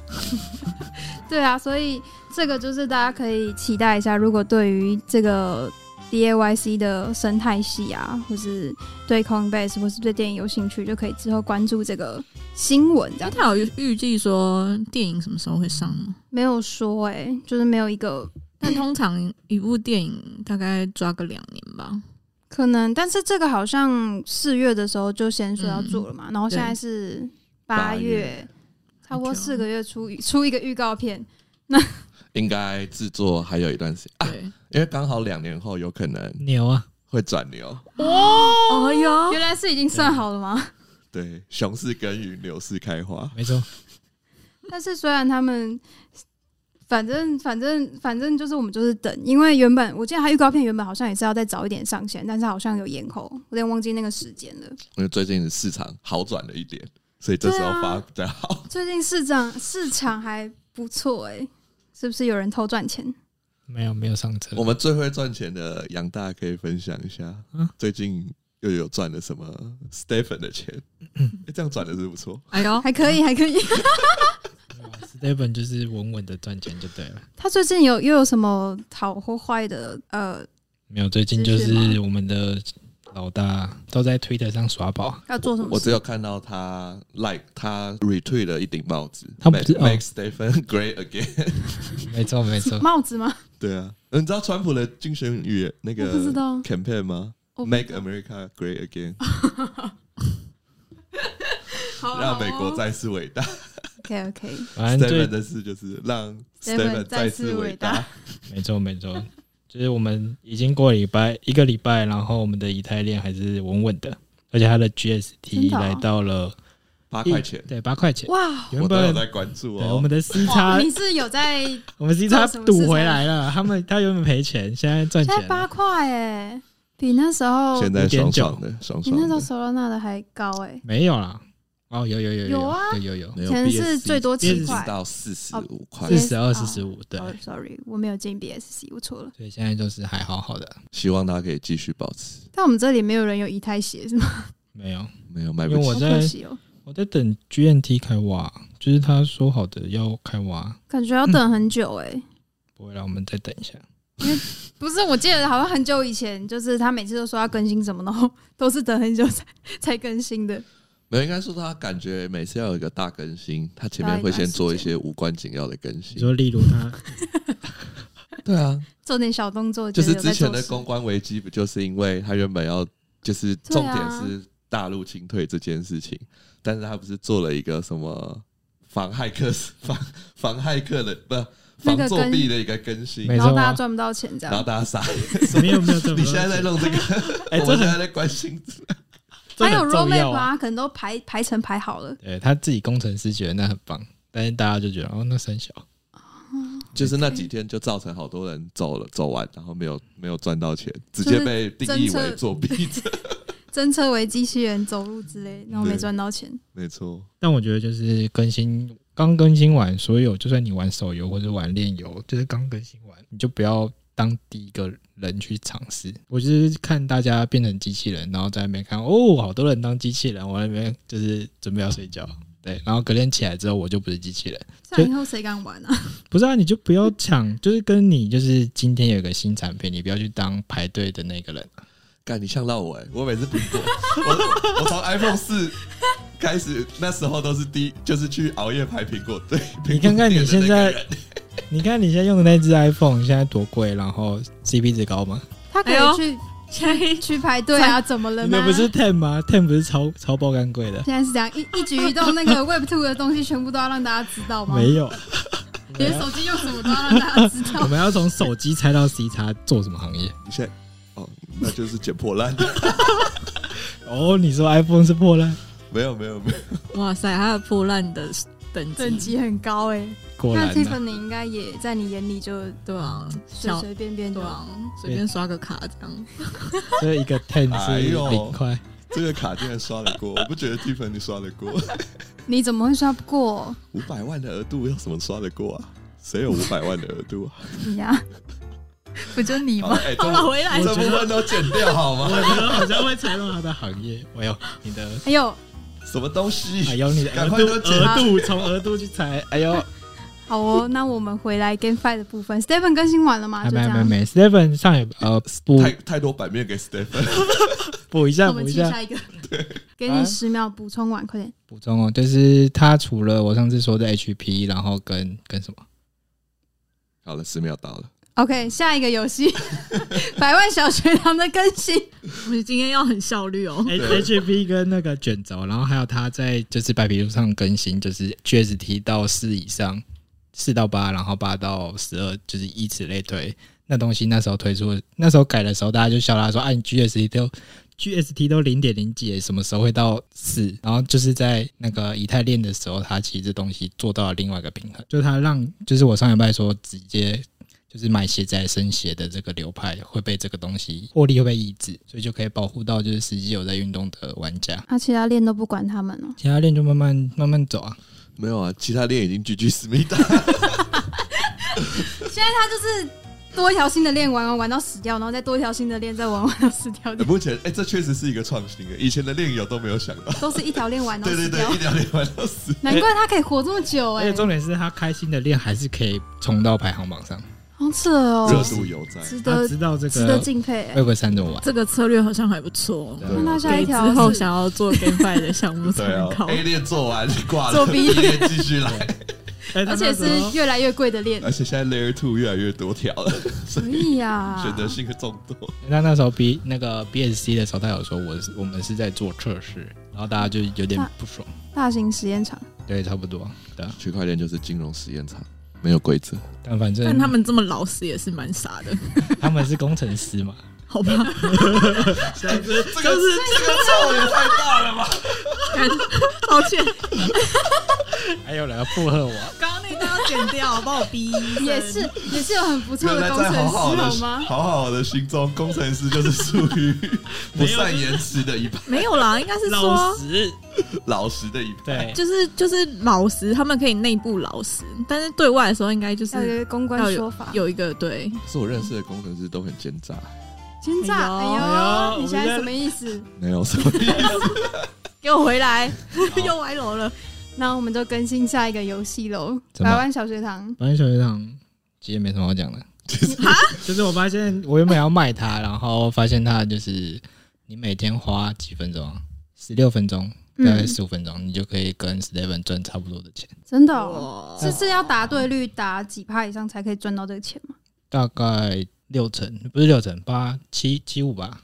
Speaker 3: 对啊，所以这个就是大家可以期待一下，如果对于这个 B A Y C 的生态系啊，或是对 Coinbase 或是对电影有兴趣，就可以之后关注这个新闻这
Speaker 5: 那
Speaker 3: 样。
Speaker 5: 他有预计说电影什么时候会上吗？
Speaker 3: 没有说哎、就是没有一个
Speaker 5: 但通常一部电影大概抓个两年吧。
Speaker 3: 可能，但是这个好像四月的时候就先说要做了嘛，然后现在是嗯八
Speaker 1: 八
Speaker 3: 月
Speaker 1: 月，
Speaker 3: 差不多
Speaker 5: 很久
Speaker 3: 四个月出出一个预告片，
Speaker 1: 应该制作还有一段时间啊，
Speaker 5: 对，
Speaker 1: 因为刚好两年后有可能
Speaker 4: 牛啊！
Speaker 1: 会转牛。
Speaker 5: 哎呀，
Speaker 3: 原来是已经算好了吗？
Speaker 1: 对，熊市耕耘，牛市开花。
Speaker 4: 没错，
Speaker 3: 但是虽然他们。反正反正反正就是我们就是等，因为原本我记得他预告片原本好像也是要再早一点上线，但是好像有延后，我有点忘记那个时间了。
Speaker 1: 因为最近的市场好转了一点，所以这时
Speaker 3: 啊
Speaker 1: 候发比较好。
Speaker 3: 最近市场市场还不错哎、是不是有人偷赚钱？
Speaker 4: 没有没有上车
Speaker 1: 我，们最会赚钱的杨大可以分享一下，
Speaker 4: 嗯
Speaker 1: 最近又有赚了什么 Stephen 的钱？诶这样转的是不错。
Speaker 5: 哎呦，
Speaker 3: 还可以，还可以。
Speaker 4: 史蒂本就是稳稳的赚钱就对了。
Speaker 3: 他最近有又有什么好或坏的？呃，
Speaker 4: 没有，最近就
Speaker 3: 资讯
Speaker 4: 是我们的老大都在 Twitter 上耍宝，
Speaker 3: 要做什么
Speaker 1: 我只
Speaker 3: 事？，
Speaker 1: 有看到他 like 他 retweet 了一顶帽子，
Speaker 4: 他不是
Speaker 1: make,
Speaker 4: 哦
Speaker 1: make Stephen great again。
Speaker 4: 没错没错
Speaker 3: 帽子吗？
Speaker 1: 对啊，你知道川普的竞选语那
Speaker 3: 我不知
Speaker 1: 个
Speaker 3: 道
Speaker 1: campaign 吗
Speaker 3: 我不
Speaker 1: ？Make America Great Again，
Speaker 3: 好
Speaker 1: 让美国再次伟大。
Speaker 3: OK OK，
Speaker 4: 反正
Speaker 1: Stephen
Speaker 4: 最
Speaker 1: 的事就是让
Speaker 3: Stephen 再
Speaker 1: Stephen 再
Speaker 3: 次
Speaker 1: 次
Speaker 3: 伟
Speaker 1: 伟
Speaker 3: 大
Speaker 1: 大。
Speaker 4: 没错没错， 就是我们已经过礼拜一个礼拜，然后我们的以太链还是稳稳的，而且它的
Speaker 3: 真
Speaker 4: GST
Speaker 3: 的哦
Speaker 4: 来到了
Speaker 1: 八
Speaker 4: 一
Speaker 1: 块钱，
Speaker 4: 对八块钱，
Speaker 3: 哇，
Speaker 4: 原
Speaker 1: 我都有
Speaker 4: 本
Speaker 1: 在关注
Speaker 4: 对我
Speaker 1: 哦
Speaker 4: 们。的 C
Speaker 3: 哇
Speaker 4: 叉
Speaker 3: 你是有在
Speaker 4: 我们 C
Speaker 3: 做
Speaker 4: 叉
Speaker 3: 什么事啊
Speaker 4: 赌回来了，他们他原本赔钱，现在赚
Speaker 3: 现在
Speaker 4: 钱
Speaker 3: 八
Speaker 4: 了，
Speaker 3: 块哎，比那时候
Speaker 1: 现在爽
Speaker 4: 5.9
Speaker 1: 爽的，爽
Speaker 3: 比
Speaker 1: 爽
Speaker 3: 那时候
Speaker 1: 的。
Speaker 3: Solana 的还高哎，
Speaker 4: 没有啦，哦有有有
Speaker 3: 有啊
Speaker 4: 有有有
Speaker 1: 没
Speaker 3: 以
Speaker 1: 有
Speaker 3: 前
Speaker 1: BSC
Speaker 3: 是最多七
Speaker 1: 一直
Speaker 3: 块。
Speaker 1: 到四十五块
Speaker 4: 四，
Speaker 3: 哦 BSC
Speaker 4: 十二四十五对，
Speaker 3: 哦，sorry，我没有进 BSC，我错了。
Speaker 4: 所以现在就是还好好的，
Speaker 1: 希望大家可以继续保持。
Speaker 3: 但我们这里没有人有以太鞋是吗？
Speaker 4: 没有。
Speaker 1: 没有买
Speaker 4: 因
Speaker 1: 不
Speaker 4: 为
Speaker 3: 好
Speaker 4: 我
Speaker 1: 起，
Speaker 4: 在
Speaker 3: 可惜哦，
Speaker 4: 我在等 GNT 开挖，就是他说好的要开挖，
Speaker 3: 感觉要等很久哎。
Speaker 4: 不会啦，我们再等一下。
Speaker 3: 不是，我记得好像很久以前，就是他每次都说要更新什么，然后 都是等很久才才更新的。
Speaker 1: 没有应该说他感觉每次要有一个大更新，他前
Speaker 3: 要
Speaker 1: 面
Speaker 3: 一
Speaker 1: 会
Speaker 3: 段
Speaker 1: 先
Speaker 3: 时
Speaker 1: 做一
Speaker 3: 间
Speaker 1: 些无关紧要的更
Speaker 4: 你
Speaker 1: 新。
Speaker 4: 说，例如 他，
Speaker 1: 对啊，
Speaker 3: 做点小动作，
Speaker 1: 就
Speaker 3: 觉
Speaker 1: 是
Speaker 3: 得有
Speaker 1: 之
Speaker 3: 在做
Speaker 1: 前的
Speaker 3: 事
Speaker 1: 公关危机，不就是因为他原本要就是
Speaker 3: 啊
Speaker 1: 重点是大陆清退这件事情，但是他不是做了一个什么防骇客 防防骇客的不
Speaker 3: 那
Speaker 1: 防
Speaker 3: 个
Speaker 1: 作
Speaker 3: 跟
Speaker 1: 弊的一个更新，
Speaker 4: 没
Speaker 3: 然后
Speaker 4: 错啊
Speaker 3: 大家赚不到钱这
Speaker 1: 然后
Speaker 3: 样。
Speaker 1: 大家傻眼，
Speaker 4: 没有没有这么多
Speaker 1: 你现在在弄这个，
Speaker 4: 哎， 这
Speaker 1: 我们现
Speaker 4: 很
Speaker 1: 在在关心
Speaker 4: 这
Speaker 3: 还有
Speaker 4: 很重
Speaker 3: roadmap
Speaker 4: 要
Speaker 3: 啊，
Speaker 4: 啊。
Speaker 3: 可能都排排成排好了。
Speaker 4: 对他自己工程师觉得那很棒，但是大家就觉得哦，那三小
Speaker 1: 就是那几天就造成好多人走了走完，然后没有没有赚到钱，直接被定义
Speaker 3: 就是侦
Speaker 1: 为
Speaker 3: 测
Speaker 1: 作 弊者。
Speaker 3: 侦测为机器人走路之类，然后没
Speaker 1: 对
Speaker 3: 赚到钱。
Speaker 1: 没错，
Speaker 4: 但我觉得就是更新刚更新完所有，就算你玩手游或者玩炼油，就是刚更新完，你就不要当第一个人去尝试。我就是看大家变成机器人，然后在那边看哦，好多人当机器人，我在那边就是准备要睡觉。对，然后隔天起来之后，我就不是机器人。
Speaker 3: 这样以后谁敢玩啊？
Speaker 4: 不是啊，你就不要抢，就是跟你就是今天有一个新产品，你不要去当排队的那个人。
Speaker 1: 干你呛到我哎、我每次苹果，我我从 iPhone 四开始，那时候都是第一就是去熬夜排苹果对，
Speaker 4: 你看看
Speaker 1: 苹
Speaker 4: 你
Speaker 1: 果店
Speaker 4: 现
Speaker 1: 的那
Speaker 4: 在
Speaker 1: 个人，
Speaker 4: 你看你现在用的那只 iPhone 现在多贵，然后 CP 值高吗？
Speaker 3: 他可
Speaker 5: 哎呦
Speaker 3: 以去、去排队啊？怎么了
Speaker 4: 你
Speaker 3: 吗
Speaker 4: 们？不是 Ten 吗？Ten 不是超超爆肝贵的？
Speaker 3: 现在是这样，一一举一动，那 个 Web Two 的东西全部都要让大家知道吗？
Speaker 4: 没 有，
Speaker 3: 连手机用什么都要让大家 知
Speaker 4: 我
Speaker 3: 道。
Speaker 4: 们要从手机猜到 C 叉做什么行业？
Speaker 1: 你现在哦，那就是捡破烂。
Speaker 4: 哦，你说 iPhone 是破烂？
Speaker 1: 没有没有没有，
Speaker 5: 哇塞，它的破烂的等
Speaker 3: 等
Speaker 5: 级，
Speaker 3: 级很高哎、
Speaker 4: 果
Speaker 3: 那
Speaker 4: 然、啊，
Speaker 3: Tiffany 应该也在你眼里就
Speaker 5: 对啊，
Speaker 3: 随
Speaker 5: 小
Speaker 3: 随便便就
Speaker 5: 对啊，随便刷个卡这样，
Speaker 4: 这一个 ten
Speaker 1: 哎
Speaker 4: 是
Speaker 1: 呦
Speaker 4: 零块，
Speaker 1: 这个卡竟然刷得过，我不觉得 Tiffany 刷得过，
Speaker 3: 你怎么会刷不过
Speaker 1: 五百万的额度要怎么刷得过啊？谁有五百万的额度啊？
Speaker 3: 你呀、
Speaker 2: 不就你
Speaker 1: 好
Speaker 2: 吗
Speaker 1: 了？哎，
Speaker 5: 好了， 回来
Speaker 4: 我
Speaker 1: 这
Speaker 4: 觉
Speaker 1: 部
Speaker 4: 得
Speaker 1: 分都剪掉好
Speaker 4: 我
Speaker 1: 吗？
Speaker 4: 觉得好像会踩到他的行业。 哎呦，你的，
Speaker 3: 还有，
Speaker 1: 什么东
Speaker 4: 哎
Speaker 1: 西？
Speaker 4: 呦，你的
Speaker 1: 赶
Speaker 4: 额
Speaker 1: 快
Speaker 4: 度
Speaker 1: 都剪
Speaker 4: 额度从额度去踩，哎呦，
Speaker 3: 好哦，那我们回来 Game Five 的部分，Stephen 更新完了吗？
Speaker 4: 还
Speaker 3: 就这
Speaker 4: 没没
Speaker 3: 样，
Speaker 4: 没，Seven 上也呃补
Speaker 1: 太太多版面给 Stephen，
Speaker 4: 补一下
Speaker 3: 我
Speaker 4: 补
Speaker 3: 们
Speaker 4: 一
Speaker 3: 切
Speaker 4: 下
Speaker 3: 下一个，给
Speaker 4: 啊
Speaker 3: 你十秒补充完，快点。
Speaker 4: 补充哦，就是他除了我上次说的 HP，然后跟跟什么
Speaker 1: 好了，十秒到了，
Speaker 3: OK，下一个 游戏，百万小学堂的更新，
Speaker 5: 我们今天要很效率哦。
Speaker 4: 哎 H HP 跟那个卷轴，然后还有他在就是白皮书上更新，就是 GST 到四以上，四到八，然后八到十二，就是以此类推。那东西那时候推出，那时候改的时候，大家就笑他说：“啊按、你 GST 都 GST 都零点零几，什么时候会到四？”然后就是在那个以太链的时候，它其实这东西做到了另外一个平衡，就是它让就是我上礼拜说直接就是买鞋仔生鞋的这个流派会被这个东西获利会被抑制，所以就可以保护到就是实际有在运动的玩家。
Speaker 3: 啊，其他练都不管他们哦了。
Speaker 4: 其他链就慢慢慢慢走啊，
Speaker 1: 没有啊，其他店已经 GG 思密 达，
Speaker 3: 现在他就是多一条新的练玩玩玩到死掉，然后再多一条新的练再玩玩到死掉，
Speaker 1: 目前哎，这确实是一个创新，以前的练友都没有想 到，
Speaker 3: 都是一条练完然后
Speaker 1: 对
Speaker 3: 死
Speaker 1: 对
Speaker 3: 掉。
Speaker 1: 对，一两年玩到死，
Speaker 3: 难怪他可以活这么久哎、
Speaker 4: 而且重点是他开心的练还是可以冲到排行榜上，
Speaker 3: 好扯哦，
Speaker 1: 热度啊犹在，
Speaker 3: 值
Speaker 4: 他
Speaker 3: 得
Speaker 4: 知道这
Speaker 3: 啊值
Speaker 4: 个
Speaker 3: 得敬佩哎、
Speaker 4: 会不会三怎么玩。
Speaker 5: 这个策略好像还不错，哦
Speaker 1: 对
Speaker 3: 那下
Speaker 5: 给
Speaker 3: 一
Speaker 5: 之
Speaker 3: 条
Speaker 5: 后
Speaker 3: 是
Speaker 5: 想要做 GameFi 的项目
Speaker 1: 对
Speaker 5: 参
Speaker 1: 啊
Speaker 5: 考。
Speaker 1: ，A 练做完挂了
Speaker 3: 做 B
Speaker 1: 练继续 来，
Speaker 4: 哎他
Speaker 3: 而且
Speaker 4: 那时候
Speaker 3: 是越来越贵的练
Speaker 1: 而，且现在 Layer Two 越来越多条了，
Speaker 3: 所以呀，
Speaker 1: 选择性众多。
Speaker 4: 他那时候 B 那个 BSC 的时候，他有说我是我们是在做测试，然后大家就有点不爽。
Speaker 3: 大型实验场，
Speaker 4: 对，差不多。对啊，
Speaker 1: 区块链就是金融实验场，没有规则。
Speaker 4: 但反正
Speaker 5: 但他们这么老实也是蛮傻的，
Speaker 4: 他们是工程师嘛，
Speaker 5: 好吧？
Speaker 1: 呃这个是这个错也太大了吧？
Speaker 5: 感 抱歉，
Speaker 4: 还有人要附和我，
Speaker 5: 刚刚那段要剪掉，帮我逼。
Speaker 3: 也是也是有很不错
Speaker 1: 原
Speaker 3: 的
Speaker 1: 来
Speaker 3: 工
Speaker 1: 在
Speaker 3: 程
Speaker 1: 好好的
Speaker 3: 师好吗？
Speaker 1: 好好的心中，工程师就是属 于不善言辞的一派，
Speaker 5: 没有啦，应该是
Speaker 4: 老
Speaker 5: 说，
Speaker 4: 实。
Speaker 1: 老实的一派。
Speaker 4: 对，
Speaker 5: 就是就是老实，他们可以内部老实，但是对外的时候应该就
Speaker 3: 要有
Speaker 5: 是
Speaker 3: 一个公
Speaker 5: 要
Speaker 3: 关说法，
Speaker 5: 有一个对，
Speaker 1: 可是我认识的工程师都很奸诈，
Speaker 3: 奸诈，
Speaker 5: 哎呦
Speaker 3: 哎
Speaker 4: 哎
Speaker 3: 呦，
Speaker 4: 呦
Speaker 3: 你现在什么意思？
Speaker 1: 没有什么 意思。
Speaker 5: 给我回来， 又歪楼了。
Speaker 3: 那我们就更新下一个游戏喽，
Speaker 4: 怎么
Speaker 3: 百万小学堂。
Speaker 4: 反正小学长其实没什么好讲的， 就是我发现我原本要卖它，然后发现它就是你每天花几分钟啊，十六分钟，大概
Speaker 3: 嗯，
Speaker 4: 十五分钟，你就可以跟 Steven 赚差不多的钱，
Speaker 3: 真的哦，
Speaker 5: 哇
Speaker 3: 是是要答对率打几趴以上才可以赚到这个钱吗？
Speaker 4: 大概六成，不是六成，八七七五吧。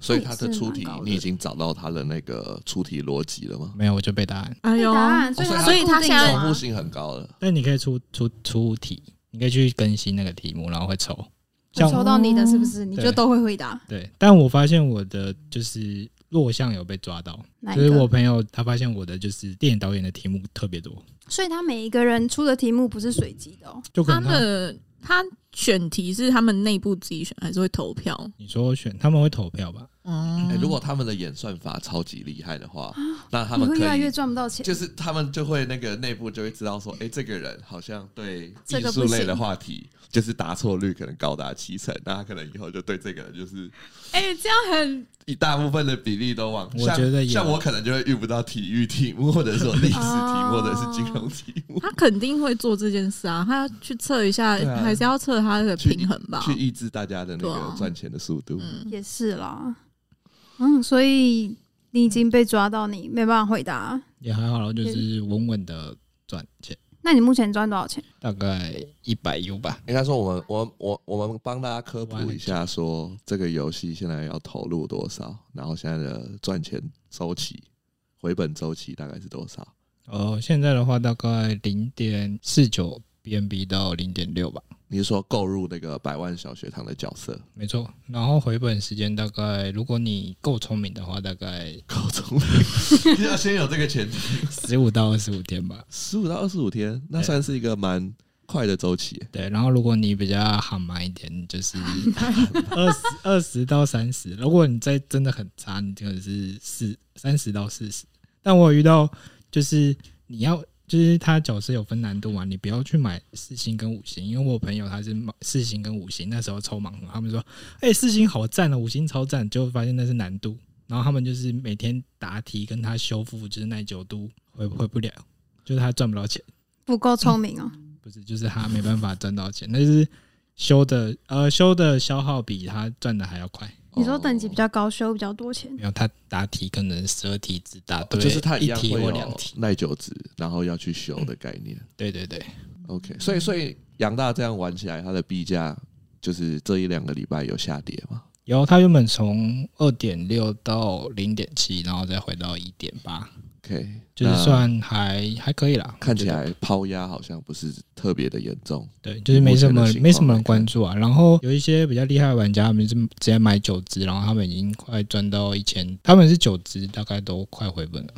Speaker 1: 所以他的出题
Speaker 3: 也是蛮高，的
Speaker 1: 你已经找到他的那个出题逻辑了吗？
Speaker 4: 没有，我就背答案。
Speaker 5: 哎呦
Speaker 3: 答，案，
Speaker 1: 哦
Speaker 3: 它
Speaker 1: 所以
Speaker 3: 是
Speaker 5: 它
Speaker 3: 固定
Speaker 5: 现在
Speaker 3: 的
Speaker 1: 重
Speaker 3: 吗
Speaker 1: 复性很高了。
Speaker 4: 但你可以出出出题，你可以去更新那个题目，然后会抽。
Speaker 3: 我
Speaker 4: 像
Speaker 3: 抽到你的是不是？你就
Speaker 4: 对
Speaker 3: 都会回答
Speaker 4: 对，但我发现我的就是弱项有被抓到，
Speaker 3: 哪
Speaker 4: 就是
Speaker 3: 一
Speaker 4: 我
Speaker 3: 个？
Speaker 4: 朋友他发现我的就是电影导演的题目特别多，
Speaker 3: 所以他每一个人出的题目不是随机的哦。
Speaker 4: 就可
Speaker 5: 他
Speaker 4: 能啊他
Speaker 5: 的他选题是他们内部自己选，还是会投票？
Speaker 4: 你说选他们会投票吧？
Speaker 5: 哦
Speaker 3: 嗯
Speaker 1: 哎，如果他们的演算法超级厉害的话，那他
Speaker 3: 你啊
Speaker 1: 们
Speaker 3: 会
Speaker 1: 可
Speaker 3: 越来
Speaker 1: 以
Speaker 3: 越赚不到钱。
Speaker 1: 就是他们就会那个内部就会知道说，哎、这个人好像对
Speaker 3: 这
Speaker 1: 艺
Speaker 3: 个不
Speaker 1: 术类的
Speaker 3: 行
Speaker 1: 话题就是答错率可能高达七成，那他可能以后就对这个人就是
Speaker 3: 哎、这样很
Speaker 1: 一大部分的比例都往。
Speaker 4: 我
Speaker 1: 像
Speaker 4: 觉得有
Speaker 1: 像我可能就会遇不到体育题目，或者说历史题
Speaker 3: 哦
Speaker 1: 目，或者是金融题目，
Speaker 5: 他肯定会做这件事啊，他要去测一下，
Speaker 1: 对啊
Speaker 5: 还是要测他的
Speaker 1: 去
Speaker 5: 平衡吧。
Speaker 1: 去抑制大家的那
Speaker 5: 对啊
Speaker 1: 个赚钱的速度。
Speaker 5: 嗯，
Speaker 3: 也是啦，嗯，所以你已经被抓到你，没办法回答。
Speaker 4: 也还好啦，就是稳稳的赚钱，
Speaker 3: 那你目前赚多少钱？
Speaker 4: 大概一百 U 吧。
Speaker 1: 应该说我们我我我们帮大家科
Speaker 4: 玩
Speaker 1: 普
Speaker 4: 很
Speaker 1: 一下，说这个游戏现在要投入多少，然后现在的赚钱周期、回本周期大概是多少。
Speaker 4: 哦，现在的话大概零点四九 BNB 到零点六吧，
Speaker 1: 你是说购入那个百万小学堂的角色？
Speaker 4: 没错。然后回本时间大概，如果你够聪明的话，大概
Speaker 1: 高中 要先有这个前提，
Speaker 4: 十五到二十五天吧。
Speaker 1: 十五到二十五天，那
Speaker 4: 对
Speaker 1: 算是一个蛮快的周期耶。
Speaker 4: 对，然后如果你比较好买一点，就是 二十二十到三十。如果你再真的很差，你可能是四三十到四十。但我有遇到，就是你要，就是它角色有分难度嘛，你不要去买四星跟五星，因为我朋友他是买四星跟五星，那时候抽盲盒，他们说，哎、四星好赞啊，五星超赞，结果发现那是难度。然后他们就是每天答题跟他修复，就是耐久度回回不了，就是他赚不到钱。
Speaker 3: 不够聪明哦。
Speaker 4: 不是，就是他没办法赚到钱，但是修的呃修的消耗比他赚的还要快。
Speaker 3: 你说等级比
Speaker 1: 哦
Speaker 3: 较高，修比较多钱，
Speaker 4: 没有，他答题可能十二题只答对，
Speaker 1: 哦就是它
Speaker 4: 一
Speaker 1: 一样
Speaker 4: 题
Speaker 1: 会
Speaker 4: 或两
Speaker 1: 有
Speaker 4: 题。
Speaker 1: 耐久值，然后要去修的概念。
Speaker 4: 对对对，
Speaker 1: OK，所以所以杨大这样玩起来，它的币价就是这一两个礼拜有下跌嘛？
Speaker 4: 然后他原本从二点六到零点七，然后再回到一点八，
Speaker 1: OK，
Speaker 4: 就是
Speaker 1: 那
Speaker 4: 算还还可以啦。
Speaker 1: 看
Speaker 4: 我
Speaker 1: 起
Speaker 4: 觉得
Speaker 1: 来抛压好像不是特别的严重。
Speaker 4: 对，就是没什
Speaker 1: 目前
Speaker 4: 么
Speaker 1: 的情况
Speaker 4: 没什么
Speaker 1: 来看
Speaker 4: 人关注啊。然后有一些比较厉害的玩家，他们是直接买九只，然后他们已经快赚到一千，他们是九只，大概都快回本了。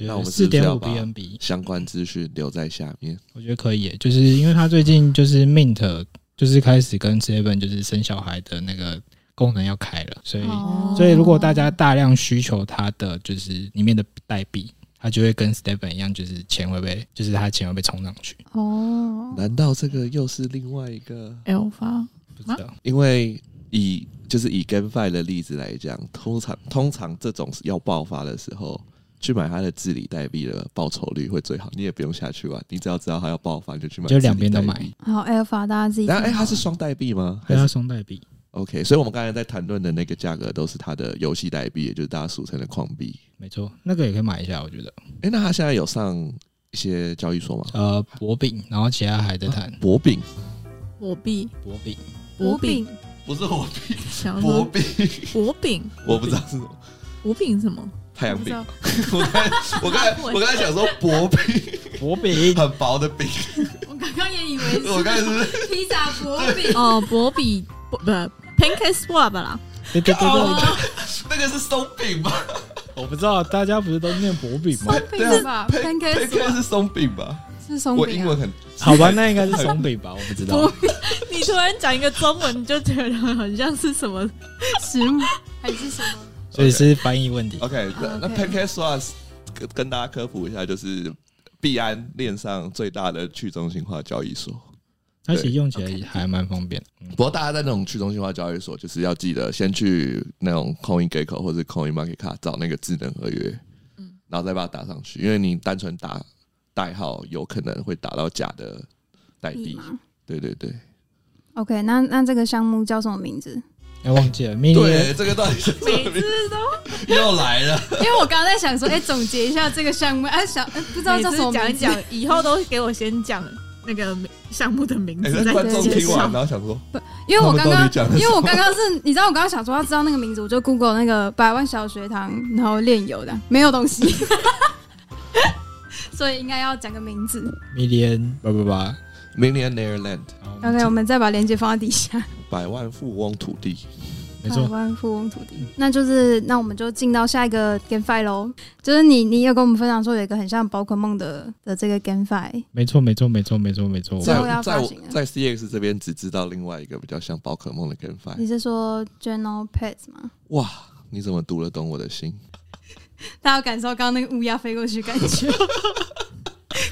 Speaker 1: 那我们是
Speaker 4: 四
Speaker 1: 不是
Speaker 4: 点
Speaker 1: 要
Speaker 4: 五
Speaker 1: 把
Speaker 4: BNB，
Speaker 1: 相关资讯留在下面。
Speaker 4: 我觉得可以耶，就是因为他最近就是 Mint 就是开始跟 Seven 就是生小孩的那个功能要开了，所以、
Speaker 3: 哦
Speaker 4: 所以如果大家大量需求它的就是里面的代币，它就会跟 Seven 一样，就是钱会被就是它钱会被冲上去，
Speaker 3: 哦，
Speaker 1: 难道这个又是另外一个？
Speaker 5: 哎 Alpha
Speaker 4: 不知道。
Speaker 1: 因为以就是以 GameFi 的例子来讲，通常通常这种要爆发的时候，去买它的治理代币的报酬率会最好。你也不用下去玩，你只要知道它要爆发，你就去买。
Speaker 4: 就两边都买。
Speaker 3: 好，alpha 大家自己听
Speaker 1: 然
Speaker 3: 好。
Speaker 1: 后，哎、它是双代币吗？还
Speaker 4: 对
Speaker 1: 是
Speaker 4: 啊，送代币，
Speaker 1: OK，所以我们刚才在谈论的那个价格都是它的游戏代币，也就是大家俗称的矿币。
Speaker 4: 没错，那个也可以买一下，我觉得。
Speaker 1: 哎、那它现在有上一些交易所吗？
Speaker 4: 呃，薄饼，然后其他还在谈
Speaker 1: 薄饼
Speaker 5: 薄饼，
Speaker 4: 薄饼，
Speaker 3: 五
Speaker 5: 薄饼，
Speaker 1: 不是我
Speaker 5: 想
Speaker 1: 薄
Speaker 5: 说
Speaker 1: 饼，
Speaker 5: 薄饼，
Speaker 1: 我不知道是什么
Speaker 5: 薄饼是什么？
Speaker 1: 太阳
Speaker 5: 不知
Speaker 1: 饼
Speaker 5: 道。
Speaker 1: 我刚才 我刚才我刚才想说薄饼，
Speaker 4: 薄饼
Speaker 1: 很薄的饼。
Speaker 3: 我刚刚也以为是
Speaker 1: 我刚才是不是
Speaker 3: 披萨薄饼，
Speaker 5: 哦，薄饼不不，Pancake Swap 啦，
Speaker 4: 对对对对，
Speaker 1: 那个是松饼吧？
Speaker 4: 我不知道大家不是都念薄饼 吗？
Speaker 3: 松饼吧
Speaker 1: 对啊
Speaker 3: ，pancake
Speaker 1: 应该是松饼吧？
Speaker 3: 是松
Speaker 1: 我
Speaker 3: 饼
Speaker 1: 英
Speaker 3: 啊
Speaker 1: 文。很
Speaker 4: 好吧，那应该是松饼吧，我不知道。
Speaker 5: 你突然讲一个中文，你就觉得很像是什 么？
Speaker 3: 食物 还是什么？
Speaker 4: 所以是翻译问题。
Speaker 1: OK 那。那
Speaker 3: OK
Speaker 1: Pancake Swap 跟跟大家科普一下，就是币安链上最大的去中心化交易所。
Speaker 4: 它其实用起来还蛮方便的。嗯
Speaker 1: 不过大家在那种去中心化交易所，就是要记得先去那种 Coin Gecko 或者 Coin Market 卡找那个智能合约，
Speaker 5: 嗯
Speaker 1: 然后再把它打上去，因为你单纯打代号，有可能会打到假的代
Speaker 3: 密
Speaker 1: 币。
Speaker 3: 码
Speaker 1: 对对对，
Speaker 3: OK，那那这个项目叫什么名字？
Speaker 4: 哎，忘记了，mini
Speaker 1: 对，这个到底是什么名字？
Speaker 3: 知道，
Speaker 1: 又来了，
Speaker 3: 因为我刚刚在想说，哎，总结一下这个项目，哎，想哎不知道叫什么
Speaker 5: 讲
Speaker 3: 名
Speaker 5: 一
Speaker 3: 字
Speaker 5: 讲，以后都给我先讲那个项目的名
Speaker 1: 哎
Speaker 5: 字，
Speaker 1: 那
Speaker 5: 再
Speaker 1: 观众
Speaker 5: 介
Speaker 1: 听完，
Speaker 5: 绍。
Speaker 1: 然后想说，
Speaker 3: 因为我刚
Speaker 1: 他
Speaker 3: 刚
Speaker 1: 们到底讲的，是
Speaker 3: 因为我刚刚是，你知道我刚刚想说要知道那个名字，我就 Google 那个百万小学堂，然后炼油的，没有东 西，所以应该要讲个名字。
Speaker 4: million 八八八。
Speaker 1: Millionaire Land
Speaker 4: 好我们
Speaker 3: OK，我们再把链接放在底下。
Speaker 1: 百万富翁土地，
Speaker 4: 没
Speaker 3: 百
Speaker 4: 错，
Speaker 3: 万富翁土地，那就是那我们就进到下一个 GameFi 喽。就是你，你有跟我们分享说有一个很像宝可梦的的这个 GameFi，
Speaker 4: 没错，没错，没错，没错，没错。
Speaker 3: 最后
Speaker 1: 在
Speaker 3: 要
Speaker 1: 在
Speaker 3: 发
Speaker 1: 我
Speaker 3: 行
Speaker 5: 啊
Speaker 3: 了
Speaker 1: 在 CX 这边只知道另外一个比较像宝可梦的 GameFi。
Speaker 5: 嗯
Speaker 3: 你是说 General Pets 吗？
Speaker 1: 哇，你怎么读得懂我的心？
Speaker 3: 大家有感受刚刚那个乌鸦飞过去的感觉？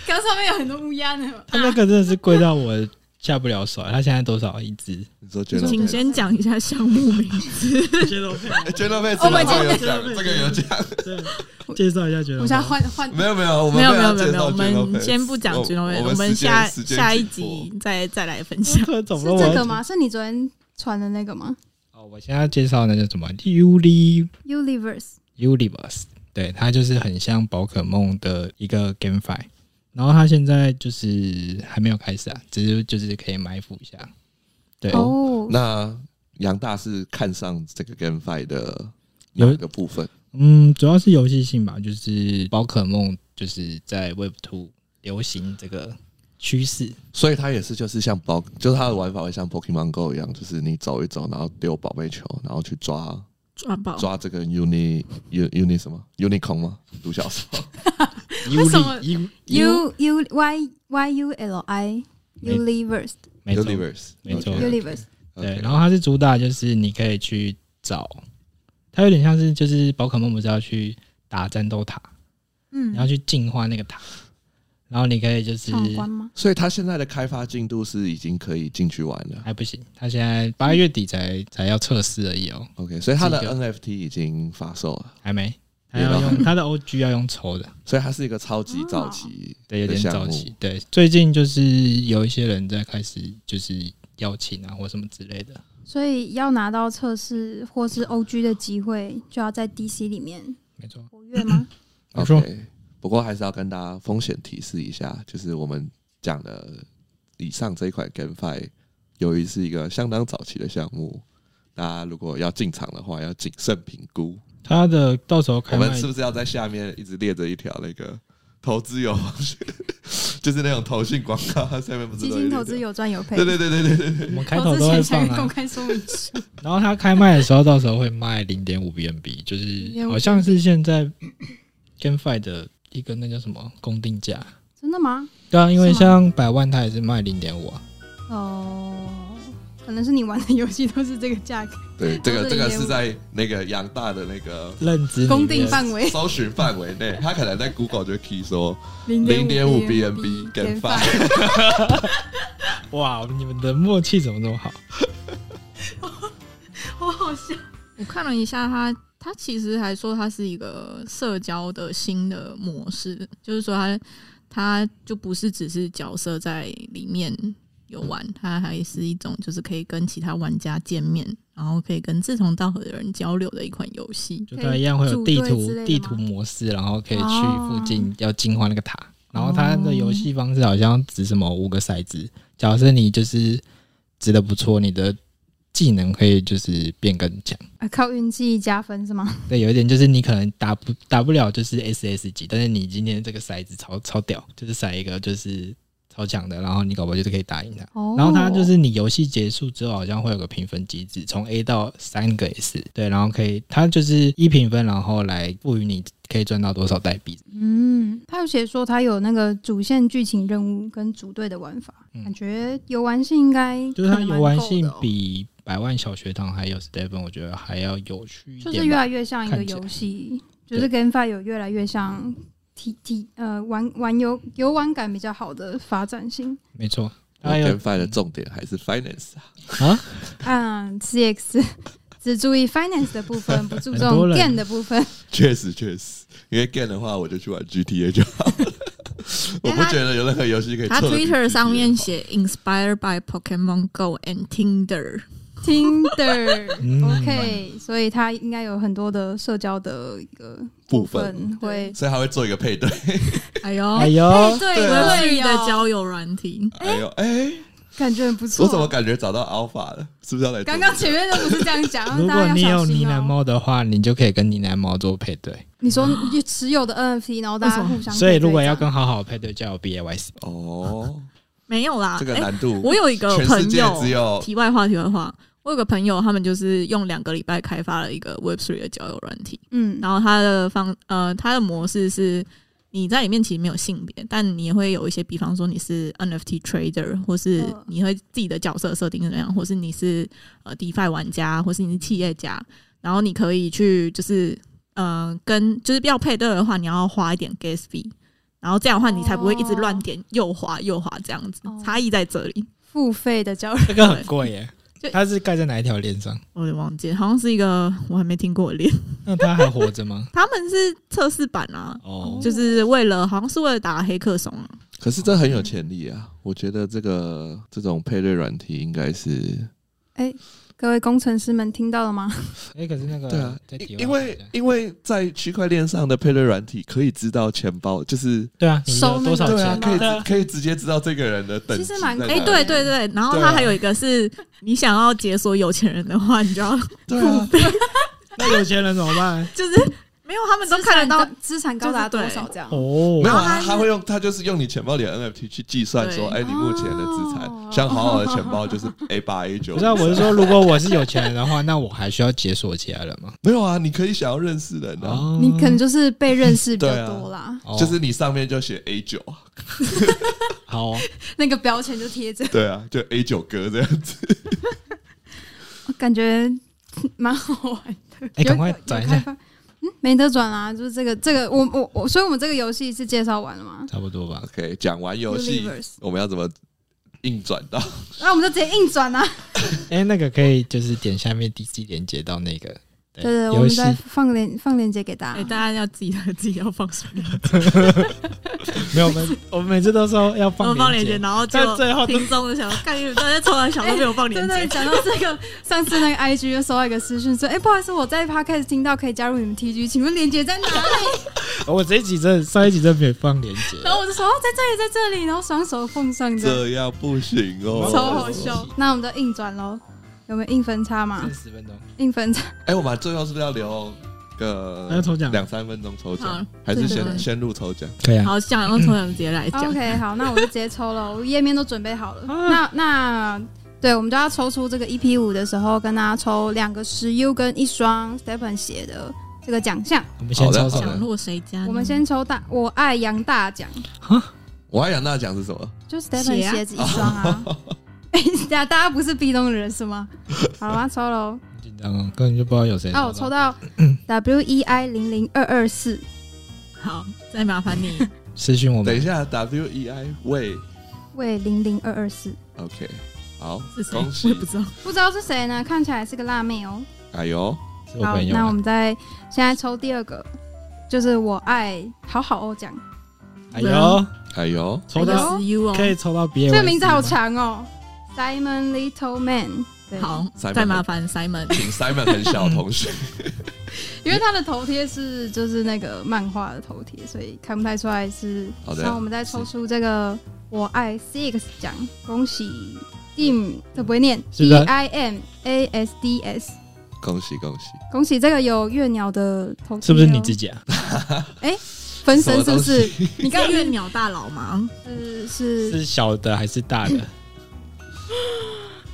Speaker 3: 刚上面有很多乌鸦呢。
Speaker 4: 它那个真的是贵到我下不了手。它现在多少一只？
Speaker 1: 你说觉得
Speaker 5: 请先讲一下项目名，
Speaker 4: 觉得
Speaker 1: 觉得被
Speaker 3: 我们
Speaker 1: 这个有
Speaker 4: 今天
Speaker 1: 讲，这个有讲。
Speaker 4: 对，介绍一下觉得。
Speaker 3: 我想换换
Speaker 1: 没有没有，我们
Speaker 5: 没有没有
Speaker 1: 不
Speaker 5: 没
Speaker 1: 要
Speaker 5: 有
Speaker 1: 介
Speaker 5: 没有，
Speaker 1: 绍
Speaker 5: 我
Speaker 1: Genopets
Speaker 5: 们先不讲 g e 我们下
Speaker 1: 哦时间
Speaker 5: 下一
Speaker 1: 紧迫
Speaker 5: 集再再来分享。
Speaker 4: 怎
Speaker 3: 是
Speaker 4: 么
Speaker 3: 这个
Speaker 4: 了？
Speaker 3: 吗？是你昨天传的那个吗
Speaker 4: 我哦，我现在介绍的那叫什么？Uli
Speaker 3: ？Universe
Speaker 4: Universe，对，它就是很像宝可梦的一个 GameFi。然后它现在就是还没有开始啊，只是就是可以埋伏一下。对，
Speaker 3: 哦，
Speaker 1: 那杨大是看上这个 GameFi 的
Speaker 4: 有
Speaker 1: 哪个部分？
Speaker 4: 嗯，主要是游戏性吧，就是宝可梦就是在 Web Two 流行这个趋势。
Speaker 1: 所以它也是就是像宝，就是它的玩法会像 Pokemon Go 一样，就是你走一走，然后丢宝贝球，然后去抓
Speaker 5: 抓宝，
Speaker 1: 抓这个 Uni Uni Uni 什么 Unicorn 吗？独角兽
Speaker 4: U
Speaker 5: 什么
Speaker 4: Li U
Speaker 3: U U Y Y U L I Universe
Speaker 4: 没错，
Speaker 1: Universe，
Speaker 4: 没错
Speaker 1: OK，OK
Speaker 3: Universe
Speaker 4: 对，然后它是主打就是你可以去找，它有点像是就是宝可梦不是要去打战斗塔，你要
Speaker 3: 嗯，
Speaker 4: 去净化那个塔，然后你可以就是
Speaker 3: 闯关吗？
Speaker 1: 所以它现在的开发进度是已经可以进去玩了。
Speaker 4: 还不行，它现在八月底才才要测试而已哦，
Speaker 1: OK，所以它的
Speaker 4: 这
Speaker 1: NFT 已经发售了，
Speaker 4: 还没，它
Speaker 1: 也
Speaker 4: 要
Speaker 1: 要
Speaker 4: 用它的 OG 要用抽的，
Speaker 1: 所以它是一个超级早期
Speaker 4: 对，有
Speaker 1: 的
Speaker 4: 点
Speaker 1: 项
Speaker 4: 早
Speaker 1: 目
Speaker 4: 期。对，最近就是有一些人在开始就是邀请啊或什么之类的，
Speaker 3: 所以要拿到测试或是 OG 的机会，就要在 DC 里面
Speaker 4: 没错，
Speaker 3: 活跃吗？
Speaker 1: 嗯
Speaker 4: 没错
Speaker 1: OK，不过还是要跟大家风险提示一下，就是我们讲的以上这一款 GameFi，由于是一个相当早期的项目，大家如果要进场的话，要谨慎评估。
Speaker 4: 它的到时候
Speaker 1: 我
Speaker 4: 开卖
Speaker 1: 们是不是 要在下面一直列着一条那个投资有风险， 就是那种投信广告，它下面不是
Speaker 3: 基
Speaker 1: 都
Speaker 3: 金投资
Speaker 1: 有
Speaker 3: 有赚有赔
Speaker 1: 一条？对，对对对对对
Speaker 4: 我们开
Speaker 3: 投
Speaker 4: 头
Speaker 3: 资
Speaker 4: 都会
Speaker 3: 前详
Speaker 4: 放
Speaker 3: 阅公
Speaker 4: 啊，
Speaker 3: 开说明书。
Speaker 4: 然后它开卖的时候，到时候会卖零点五 BNB，就是
Speaker 3: 0.5
Speaker 4: 好像是现在 GameFi 的一个那叫什么公定价。
Speaker 3: 真的吗？
Speaker 4: 对啊，因为
Speaker 3: 是吗
Speaker 4: 像百万它也是卖零点五啊，
Speaker 3: 哦，可能是你玩的游戏都是这个价格，
Speaker 1: 对，这个
Speaker 3: 投
Speaker 1: 这
Speaker 3: 资
Speaker 1: 个
Speaker 3: 业务
Speaker 1: 是在那个杨大的那个
Speaker 4: 认知里面
Speaker 3: 公定范围
Speaker 1: 搜寻范围内，他可能在 Google 就 key 说零
Speaker 3: 零
Speaker 1: 点五
Speaker 3: BNB
Speaker 1: BNB GameFi。
Speaker 4: 哇，你们的默契怎么这么好？
Speaker 3: 好好笑。
Speaker 5: 我看了一下它，它其实还说它是一个社交的新的模式，就是说它它就不是只是角色在里面游玩，它还是一种就是可以跟其他玩家见面，然后可以跟志同道合的人交流的一款游戏。
Speaker 4: 就它一样会有地
Speaker 3: 可以组队之类的
Speaker 4: 图
Speaker 3: 吗哦
Speaker 4: 地图模式，然后可以去附近要净化那个塔。然后它的游戏方式好像只什么五个骰子，假设你就是值的不错，你的技能可以就是变更强。
Speaker 3: 啊，靠运气加分是吗？
Speaker 4: 对，有一点就是你可能打不打不了就是 SS 级，但是你今天这个骰子超超屌，就是骰一个就是超强的，然后你搞不好就是可以打赢它。
Speaker 3: 哦，
Speaker 4: 然后它就是你游戏结束之后，好像会有个评分机制，从 A 到三个 S，对，然后可以它就是一评分，然后来赋予你可以赚到多少代币。
Speaker 3: 嗯，他有写说他有那个主线剧情任务跟组队的玩法，
Speaker 4: 嗯
Speaker 3: 感觉游玩性应该
Speaker 4: 就是它
Speaker 3: 可能蛮
Speaker 4: 游玩
Speaker 3: 够的
Speaker 4: 性
Speaker 3: 哦
Speaker 4: 比百万小学堂还有 Steven，我觉得还要有趣一
Speaker 3: 就是
Speaker 4: 点
Speaker 3: 越
Speaker 4: 吧。
Speaker 3: 来越像一个
Speaker 4: 看起来
Speaker 3: 游戏，就是 GameFi 有越来越像体体呃玩玩游游玩感比较好的发 展性，
Speaker 4: 没错，它有
Speaker 1: GameFi 的重点还是 Finance 啊。
Speaker 4: 啊，
Speaker 3: 嗯，CX 只注意 finance 的部 分，不注
Speaker 4: 很多
Speaker 3: 重
Speaker 4: 人
Speaker 3: 电的部分。
Speaker 1: 确实确实，因为 Game 的话，我就去玩 GTA 就好了。我不觉得有任何游戏可以
Speaker 5: 它
Speaker 1: 做得比
Speaker 5: 哎 Twitter
Speaker 1: GTA
Speaker 5: 上面
Speaker 1: 好
Speaker 5: 写 “Inspired by Pokemon Go and Tinder”，
Speaker 3: Tinder，OK，、
Speaker 4: 嗯
Speaker 3: OK，所以它应该有很多的社交的一个
Speaker 1: 部分，
Speaker 3: 分会。
Speaker 1: 所以他会做一 个配对。
Speaker 5: 哎呦，
Speaker 4: 哎呦，
Speaker 3: 对
Speaker 1: 对啊
Speaker 5: 对的交友软体，
Speaker 1: 哎呦哎，
Speaker 3: 感觉很不错。
Speaker 1: 我怎么感觉找到 Alpha 了？是不是要来做
Speaker 3: 刚
Speaker 1: 这个？
Speaker 3: 刚前面都不是这样讲？
Speaker 4: 如
Speaker 3: 大
Speaker 4: 果
Speaker 3: 家要
Speaker 4: 你
Speaker 3: 小
Speaker 4: 有
Speaker 3: 心
Speaker 4: 呢
Speaker 3: 哦
Speaker 4: 喃，猫的话，你就可以跟呢喃猫做配对。
Speaker 3: 你说你持有的 NFT，然后大
Speaker 5: 为
Speaker 3: 家
Speaker 5: 什么
Speaker 3: 互相配对这样。
Speaker 4: 所以如果要跟好好配对，就要有 B A Y C。
Speaker 1: 哦，
Speaker 5: 没有啦，
Speaker 1: 这个
Speaker 5: 哎
Speaker 1: 难度，
Speaker 5: 我有一个
Speaker 1: 全世
Speaker 5: 朋
Speaker 1: 界
Speaker 5: 友，
Speaker 1: 只有
Speaker 5: 题外话，题外话，我有个朋友，他们就是用两个礼拜开发了一个 Web Three 的交友软体，
Speaker 3: 嗯，
Speaker 5: 然后它的方呃，它的模式是你在里面其实没有性别，但你也会有一些，比方说你是 NFT trader，或是
Speaker 3: 嗯
Speaker 5: 你会自己的角色设定是怎样，或是你是呃 DeFi 玩家，或是你是企业家，然后你可以去就是呃跟就是要配对的话，你要花一点 gas fee。然后这样的话，你才不会一直乱点右滑右滑这样子
Speaker 3: 哦，
Speaker 5: 差异在这里。
Speaker 3: 付费的交友，
Speaker 4: 这个很贵耶
Speaker 5: 就，
Speaker 4: 它是盖在哪一条链上？
Speaker 5: 我也忘记了，好像是一个我还没听过的脸。？
Speaker 4: 那它还活着吗
Speaker 5: 他们是测试版啊，
Speaker 4: 哦，
Speaker 5: 就是为了好像是为了打黑客松啊。
Speaker 1: 可是这很有潜力啊！我觉得这个这种配对软体应该是
Speaker 3: 各位工程师们听到了 吗？
Speaker 4: 哎，可是那个
Speaker 1: 对啊
Speaker 4: 在，题外
Speaker 1: 因因
Speaker 4: 话
Speaker 1: 为
Speaker 4: 讲
Speaker 1: 因为在区块链上的配对软体可以知道钱包，就是
Speaker 4: 对啊，你
Speaker 3: 收
Speaker 4: 有
Speaker 3: 那
Speaker 4: 多
Speaker 3: 个
Speaker 4: 少
Speaker 1: 对啊，
Speaker 4: 钱？
Speaker 1: 可
Speaker 4: 对
Speaker 1: 以直
Speaker 4: 啊
Speaker 1: 可以直接知道这个人的等级
Speaker 3: 其实蛮
Speaker 1: 在哪
Speaker 5: 哎、
Speaker 1: 里。
Speaker 3: 哎
Speaker 5: 对对对，然后
Speaker 1: 对啊
Speaker 5: 它还有一个是你想要解锁有钱人的话，你就要
Speaker 1: 对啊，
Speaker 4: 那有钱人怎么办？
Speaker 5: 就是没有，他们都
Speaker 3: 资
Speaker 5: 看
Speaker 3: 产
Speaker 5: 得到
Speaker 3: 高，资产高达多少这样？
Speaker 4: 哦
Speaker 1: 没有，啊
Speaker 5: 然后他
Speaker 1: 他
Speaker 5: 是
Speaker 1: 他会用他就是用你钱包里的 NFT 去计算说，哎，
Speaker 5: 对
Speaker 1: 你目前的资
Speaker 3: 哦
Speaker 1: 产，像好好的钱包就是 A 八 A 九
Speaker 4: 不。是、啊，我是说，如果我是有钱人的话，那我还需要解锁其他人吗？
Speaker 1: 没有啊，你可以想要认识人啊，
Speaker 4: 哦
Speaker 3: 你可能就是被认识比
Speaker 1: 对
Speaker 3: 较
Speaker 1: 啊
Speaker 3: 多啦，
Speaker 4: 哦
Speaker 1: 就是你上面就写 A 九，啊
Speaker 4: 好 哦、
Speaker 3: 那个标签就贴着，
Speaker 1: 对啊，就 A 九哥这样子。
Speaker 3: 感觉 蛮好玩的。
Speaker 4: 哎
Speaker 3: 有
Speaker 4: 赶快转一下
Speaker 3: 有开发嗯，没得转啦、就是这个这个，我我我，所以我们这个游戏是介绍完了吗？
Speaker 4: 差不多吧。
Speaker 1: OK，讲完游戏，
Speaker 3: Universe
Speaker 1: 我们要怎么硬转到？
Speaker 3: 那、我们就直接硬转啊啦、
Speaker 4: 哎、那个可以就是点下面 DC 连接到那个
Speaker 3: 对对，我
Speaker 4: 游
Speaker 3: 们
Speaker 4: 戏
Speaker 3: 再放链放链接给大
Speaker 5: 哎，大
Speaker 3: 家。
Speaker 5: 家要记得自己要放手，
Speaker 4: 没有，我 们我们每次都说要
Speaker 5: 我
Speaker 4: 放
Speaker 5: 们放
Speaker 4: 连
Speaker 5: 链接，
Speaker 4: 接，
Speaker 5: 然后
Speaker 4: 但
Speaker 5: 就
Speaker 4: 最后都
Speaker 5: 听众就想，干，因为 大家从来想都没有放
Speaker 3: 真
Speaker 5: 链
Speaker 3: 的
Speaker 5: 接，
Speaker 3: 讲到这个，上次那个 IG 就收到一个私讯说，哎、不好意思，我在 Podcast 听到可以加入你们 TG，请问链接在哪里？
Speaker 4: 哦我这一集真的上一集真的没放连 接，
Speaker 3: 然后我就说，哦，在这里，在这里，然后双手奉上的，
Speaker 1: 这样不行
Speaker 3: 超
Speaker 1: 哦。
Speaker 3: 好笑。那我们就硬转喽，有没有硬分叉嘛
Speaker 4: 剩？十分钟，
Speaker 3: 硬分叉。
Speaker 1: 哎，我们最后是不是要留
Speaker 4: 还
Speaker 1: 个
Speaker 4: 要抽奖
Speaker 1: 两三分钟抽奖
Speaker 5: 好，
Speaker 1: 还是
Speaker 5: 对对对
Speaker 1: 先先入抽奖？
Speaker 4: 可以啊。
Speaker 5: 好，想让从我们直接来讲，
Speaker 3: 哦 OK，好，那我就直接抽了，我页面都准备好了。那那对，我们就要抽出这个 EP 五的时候，跟大家抽两个石 U 跟一双 Stephen 写的这个奖项。
Speaker 4: 我们先抽
Speaker 1: 好
Speaker 4: 什
Speaker 1: 的
Speaker 5: 想
Speaker 4: 么？
Speaker 5: 落谁家呢？
Speaker 3: 我们先抽大，我爱杨大奖，
Speaker 1: 我还想大奖是什么？
Speaker 3: 就 Stephen
Speaker 5: 鞋啊
Speaker 3: 鞋子一双啊。哎，大家大家不是壁咚的人是吗？好了，抽喽。
Speaker 4: 很紧张哦，根本就不知道有谁。
Speaker 3: 那我抽到 W E I 零零二二四，
Speaker 5: 好，再麻烦你，
Speaker 4: 私讯我
Speaker 1: 等一
Speaker 4: 们，
Speaker 1: 下，W E I 喂
Speaker 3: 为零零二二四，
Speaker 1: ，OK，好
Speaker 5: 是，谁？
Speaker 1: 恭
Speaker 5: 我也
Speaker 1: 喜
Speaker 5: 不，知道。
Speaker 3: 不知道是谁呢？看起来是个辣妹哦。
Speaker 1: 哎呦，
Speaker 4: 是我
Speaker 3: 好，
Speaker 4: 朋友
Speaker 3: 那我
Speaker 4: 啊。
Speaker 3: 们再现在抽第二个，就是我爱好好哦奖，
Speaker 4: 哎呦，
Speaker 1: 哎呦，
Speaker 4: 抽到
Speaker 5: 十 U
Speaker 4: 可
Speaker 5: 哦，
Speaker 4: 以抽到别
Speaker 3: 这
Speaker 4: 人。
Speaker 3: 个名字好。长哦，Simon Little Man。对，
Speaker 5: 好，
Speaker 1: Simon
Speaker 5: 再麻烦 Simon。
Speaker 1: 请 Simon 很小同学，
Speaker 3: 因为他的头贴是就是那个漫画的头贴，所以看不太出来是。
Speaker 1: 好的
Speaker 3: 那我们再抽出这个我爱 Six 奖，恭喜 Dim，这不会念
Speaker 4: 是
Speaker 3: D
Speaker 4: 的
Speaker 3: I M A S D S。
Speaker 1: 恭喜恭喜！
Speaker 3: 恭喜这个有月鸟的头贴哦，
Speaker 4: 是不是你自己啊？
Speaker 3: 分身？是不是？
Speaker 5: 你刚月鸟大佬吗？
Speaker 3: 是是
Speaker 4: 是小的还是大的？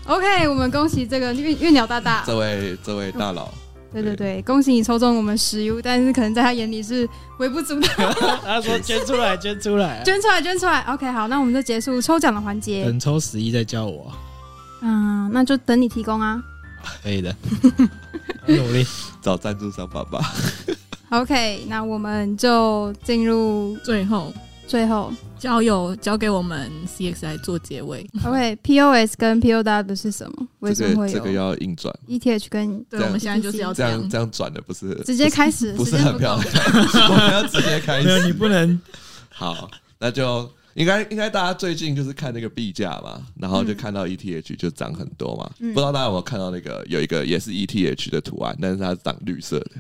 Speaker 3: OK，我们恭喜这个月月鸟大大。
Speaker 1: 这位这位大佬，
Speaker 3: 对对对，恭喜你抽中我们石油，但是可能在他眼里是微不足道。
Speaker 1: 嗯
Speaker 4: 他说捐出来，捐出来。
Speaker 3: 捐出来，捐出来。OK，好，那我们就结束抽奖的环节。
Speaker 4: 等抽十一再叫我，啊
Speaker 3: 嗯，那就等你提供啊。
Speaker 4: 可以的。我 努力。
Speaker 1: 找赞助商爸爸，
Speaker 3: OK，那我们就进入
Speaker 5: 最后
Speaker 3: 最后。
Speaker 5: 交友交给我们 CX 来做结尾。
Speaker 3: OK，POS 跟 POW 是什么？为
Speaker 1: 这
Speaker 3: 什么
Speaker 1: 个
Speaker 3: 会
Speaker 1: 这
Speaker 3: 有
Speaker 1: 个要硬转，
Speaker 3: ETH 跟
Speaker 5: 对，
Speaker 1: 这样
Speaker 5: 我们现在就是要这
Speaker 1: 这
Speaker 5: 样
Speaker 1: 样。这样转的不是
Speaker 3: 直接开始？
Speaker 1: 不
Speaker 3: 时
Speaker 1: 是
Speaker 3: 间
Speaker 1: 很
Speaker 3: 不
Speaker 1: 漂
Speaker 3: 够。
Speaker 1: 亮， 我们要直接开
Speaker 4: 没有，你
Speaker 1: 始。
Speaker 4: 不能
Speaker 1: 好，那就应该应该大家最近就是看那个币价嘛，然后就看到 ETH 就涨很多嘛，
Speaker 3: 嗯
Speaker 1: 不知道大家有没有看到那个有一个也是 ETH 的图案，但是它长绿色的。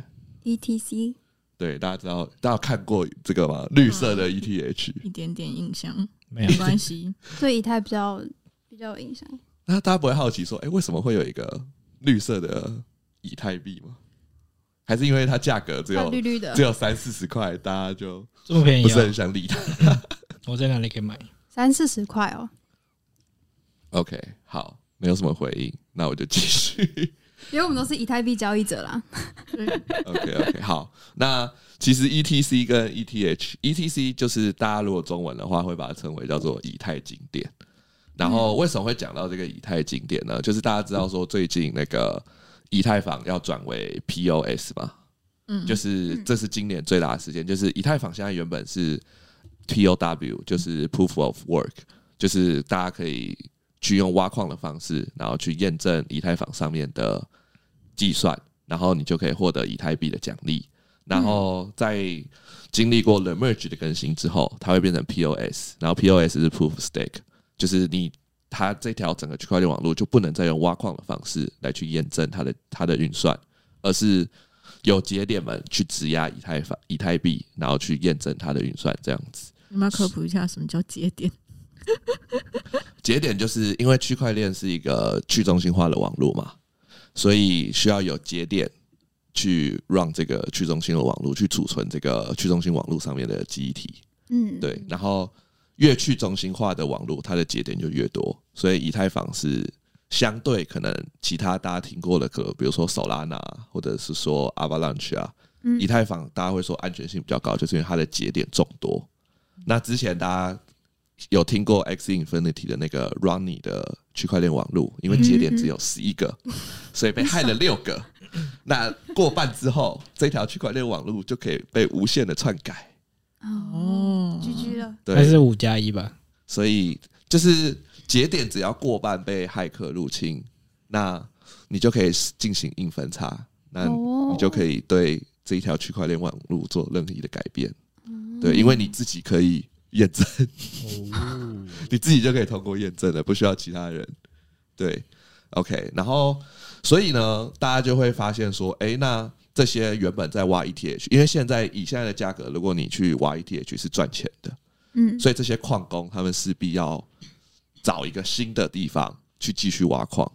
Speaker 3: E ETC
Speaker 1: 对，大家知道，大家有看过这个吗？绿
Speaker 3: 嗯
Speaker 1: 色的 E ETH，、
Speaker 5: 一点点印象，
Speaker 4: 没有
Speaker 5: 没关 系。
Speaker 3: 对以太比较比较有影响。
Speaker 1: 那大家不会好奇说，哎、为什么会有一个绿色的以太币吗？还是因为它价格只
Speaker 3: 它
Speaker 1: 有
Speaker 3: 绿绿的
Speaker 1: 只，有三四十块，大家就
Speaker 4: 这么便宜
Speaker 1: 不是很
Speaker 4: 哦。
Speaker 1: 想理它。
Speaker 4: 我在哪里可以买？
Speaker 3: 三四十块哦，
Speaker 1: OK，好，没有什么回应，那我就继续。
Speaker 3: 因为我们都是以太币交易者啦。
Speaker 1: OK OK，好，那其实 ETC 跟 E ETH，ETC 就是大家如果中文的话会把它称为叫做以太经典。然后为什么会讲到这个以太经典呢？就是大家知道说最近那个以太坊要转为 POS 嘛，
Speaker 5: 嗯，
Speaker 1: 就是这是今年最大的事件，就是以太坊现在原本是 POW，就是 Proof of Work，就是大家可以去用挖矿的方式，然后去验证以太坊上面的计算，然后你就可以获得以太币的奖励。然后在经历过 The Merge 的更新之后，它会变成 POS，然后 POS 是 Proof Stake，就是你它这条整个区块链网络就不能再用挖矿的方式来去验证它的它的运算，而是有节点们去质押以太坊、以太币，然后去验证它的运算，这样子。
Speaker 5: 你们要科普一下什么叫节点？
Speaker 1: 节点就是因为区块链是一个去中心化的网络嘛，所以需要有节点去让这个去中心的网络去储存这个去中心网络上面的记忆体。
Speaker 3: 嗯，
Speaker 1: 对，然后越去中心化的网络，它的节点就越多，所以以太坊是相对可能其他大家听过的，可比如说 Solana 啊或者是说 Avalanche 啊，
Speaker 3: 嗯
Speaker 1: 以太坊大家会说安全性比较高，就是因为它的节点众多。那之前大家有听过 X Infinity 的那个 Runny 的区块链网络，因为节点只有十一个，所以被害了六个。那过半之后，这条区块链网络就可以被无限的篡改。
Speaker 3: 哦
Speaker 5: 哦，
Speaker 3: 居居了，
Speaker 1: 对，
Speaker 4: 还是五加一吧？
Speaker 1: 所以就是节点只要过半被骇客入侵，那你就可以进行硬分叉，那
Speaker 3: 哦
Speaker 1: 你就可以对这一条区块链网络做任意的改变。对，因为你自己可以验证，
Speaker 4: 哦，
Speaker 1: 你自己就可以通过验证了，不需要其他人。对，OK，然后所以呢，大家就会发现说，诶，那这些原本在挖 ETH，因为现在以现在的价格，如果你去挖 ETH 是赚钱的，
Speaker 3: 嗯，
Speaker 1: 所以这些矿工他们势必要找一个新的地方去继续挖矿。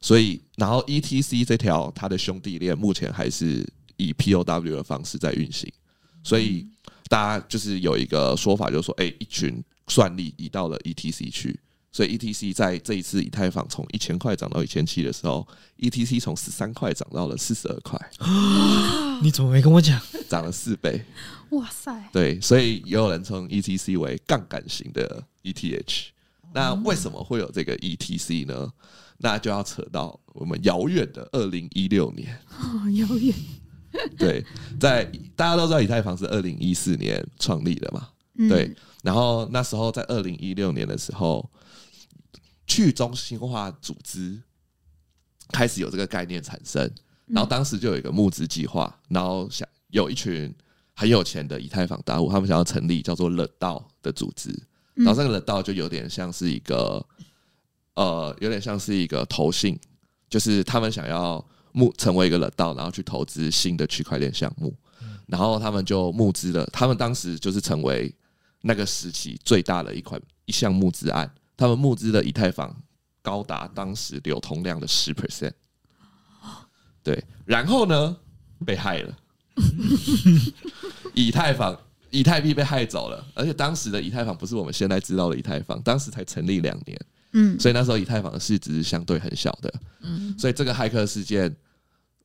Speaker 1: 所以，然后 ETC 这条它的兄弟链目前还是以 POW 的方式在运行，所以大家就是有一个说法，就是说，哎、一群算力移到了 ETC 去，所以 ETC 在这一次以太坊从一千块涨到一千七的时候，ETC 从十三块涨到了四十二块，
Speaker 4: 你怎么没跟我讲？
Speaker 3: 哦
Speaker 1: 涨了四倍。
Speaker 3: 哇塞，
Speaker 1: 对，所以也有人称 ETC 为杠杆型的 ETH。那为什么会有这个 ETC 呢？那就要扯到我们遥远的二零一六年。
Speaker 5: 哦
Speaker 3: 好遥远，
Speaker 1: 对，在大家都知道以太坊是二零一四年创立的嘛，
Speaker 3: 嗯
Speaker 1: 对，。然后那时候在二零一六年的时候，去中心化组织开始有这个概念产生，然后当时就有一个募资计划，然后想有一群很有钱的以太坊大户，他们想要成立叫做乐道的组织，然后这个乐道就有点像是一个呃，有点像是一个投信，就是他们想要募成为一个乐道，然后去投资新的区块链项目。然后他们就募资了，他们当时就是成为那个时期最大的一款一项募资案，他们募资的以太坊高达当时流通量的十 percent。对，然后呢，被害了， 以太坊。以太币被害走了，而且当时的以太坊不是我们现在知道的以太坊，当时才成立两年，
Speaker 5: 嗯
Speaker 1: 所以那时候以太坊的市值是相对很小的，所以这个骇客事件，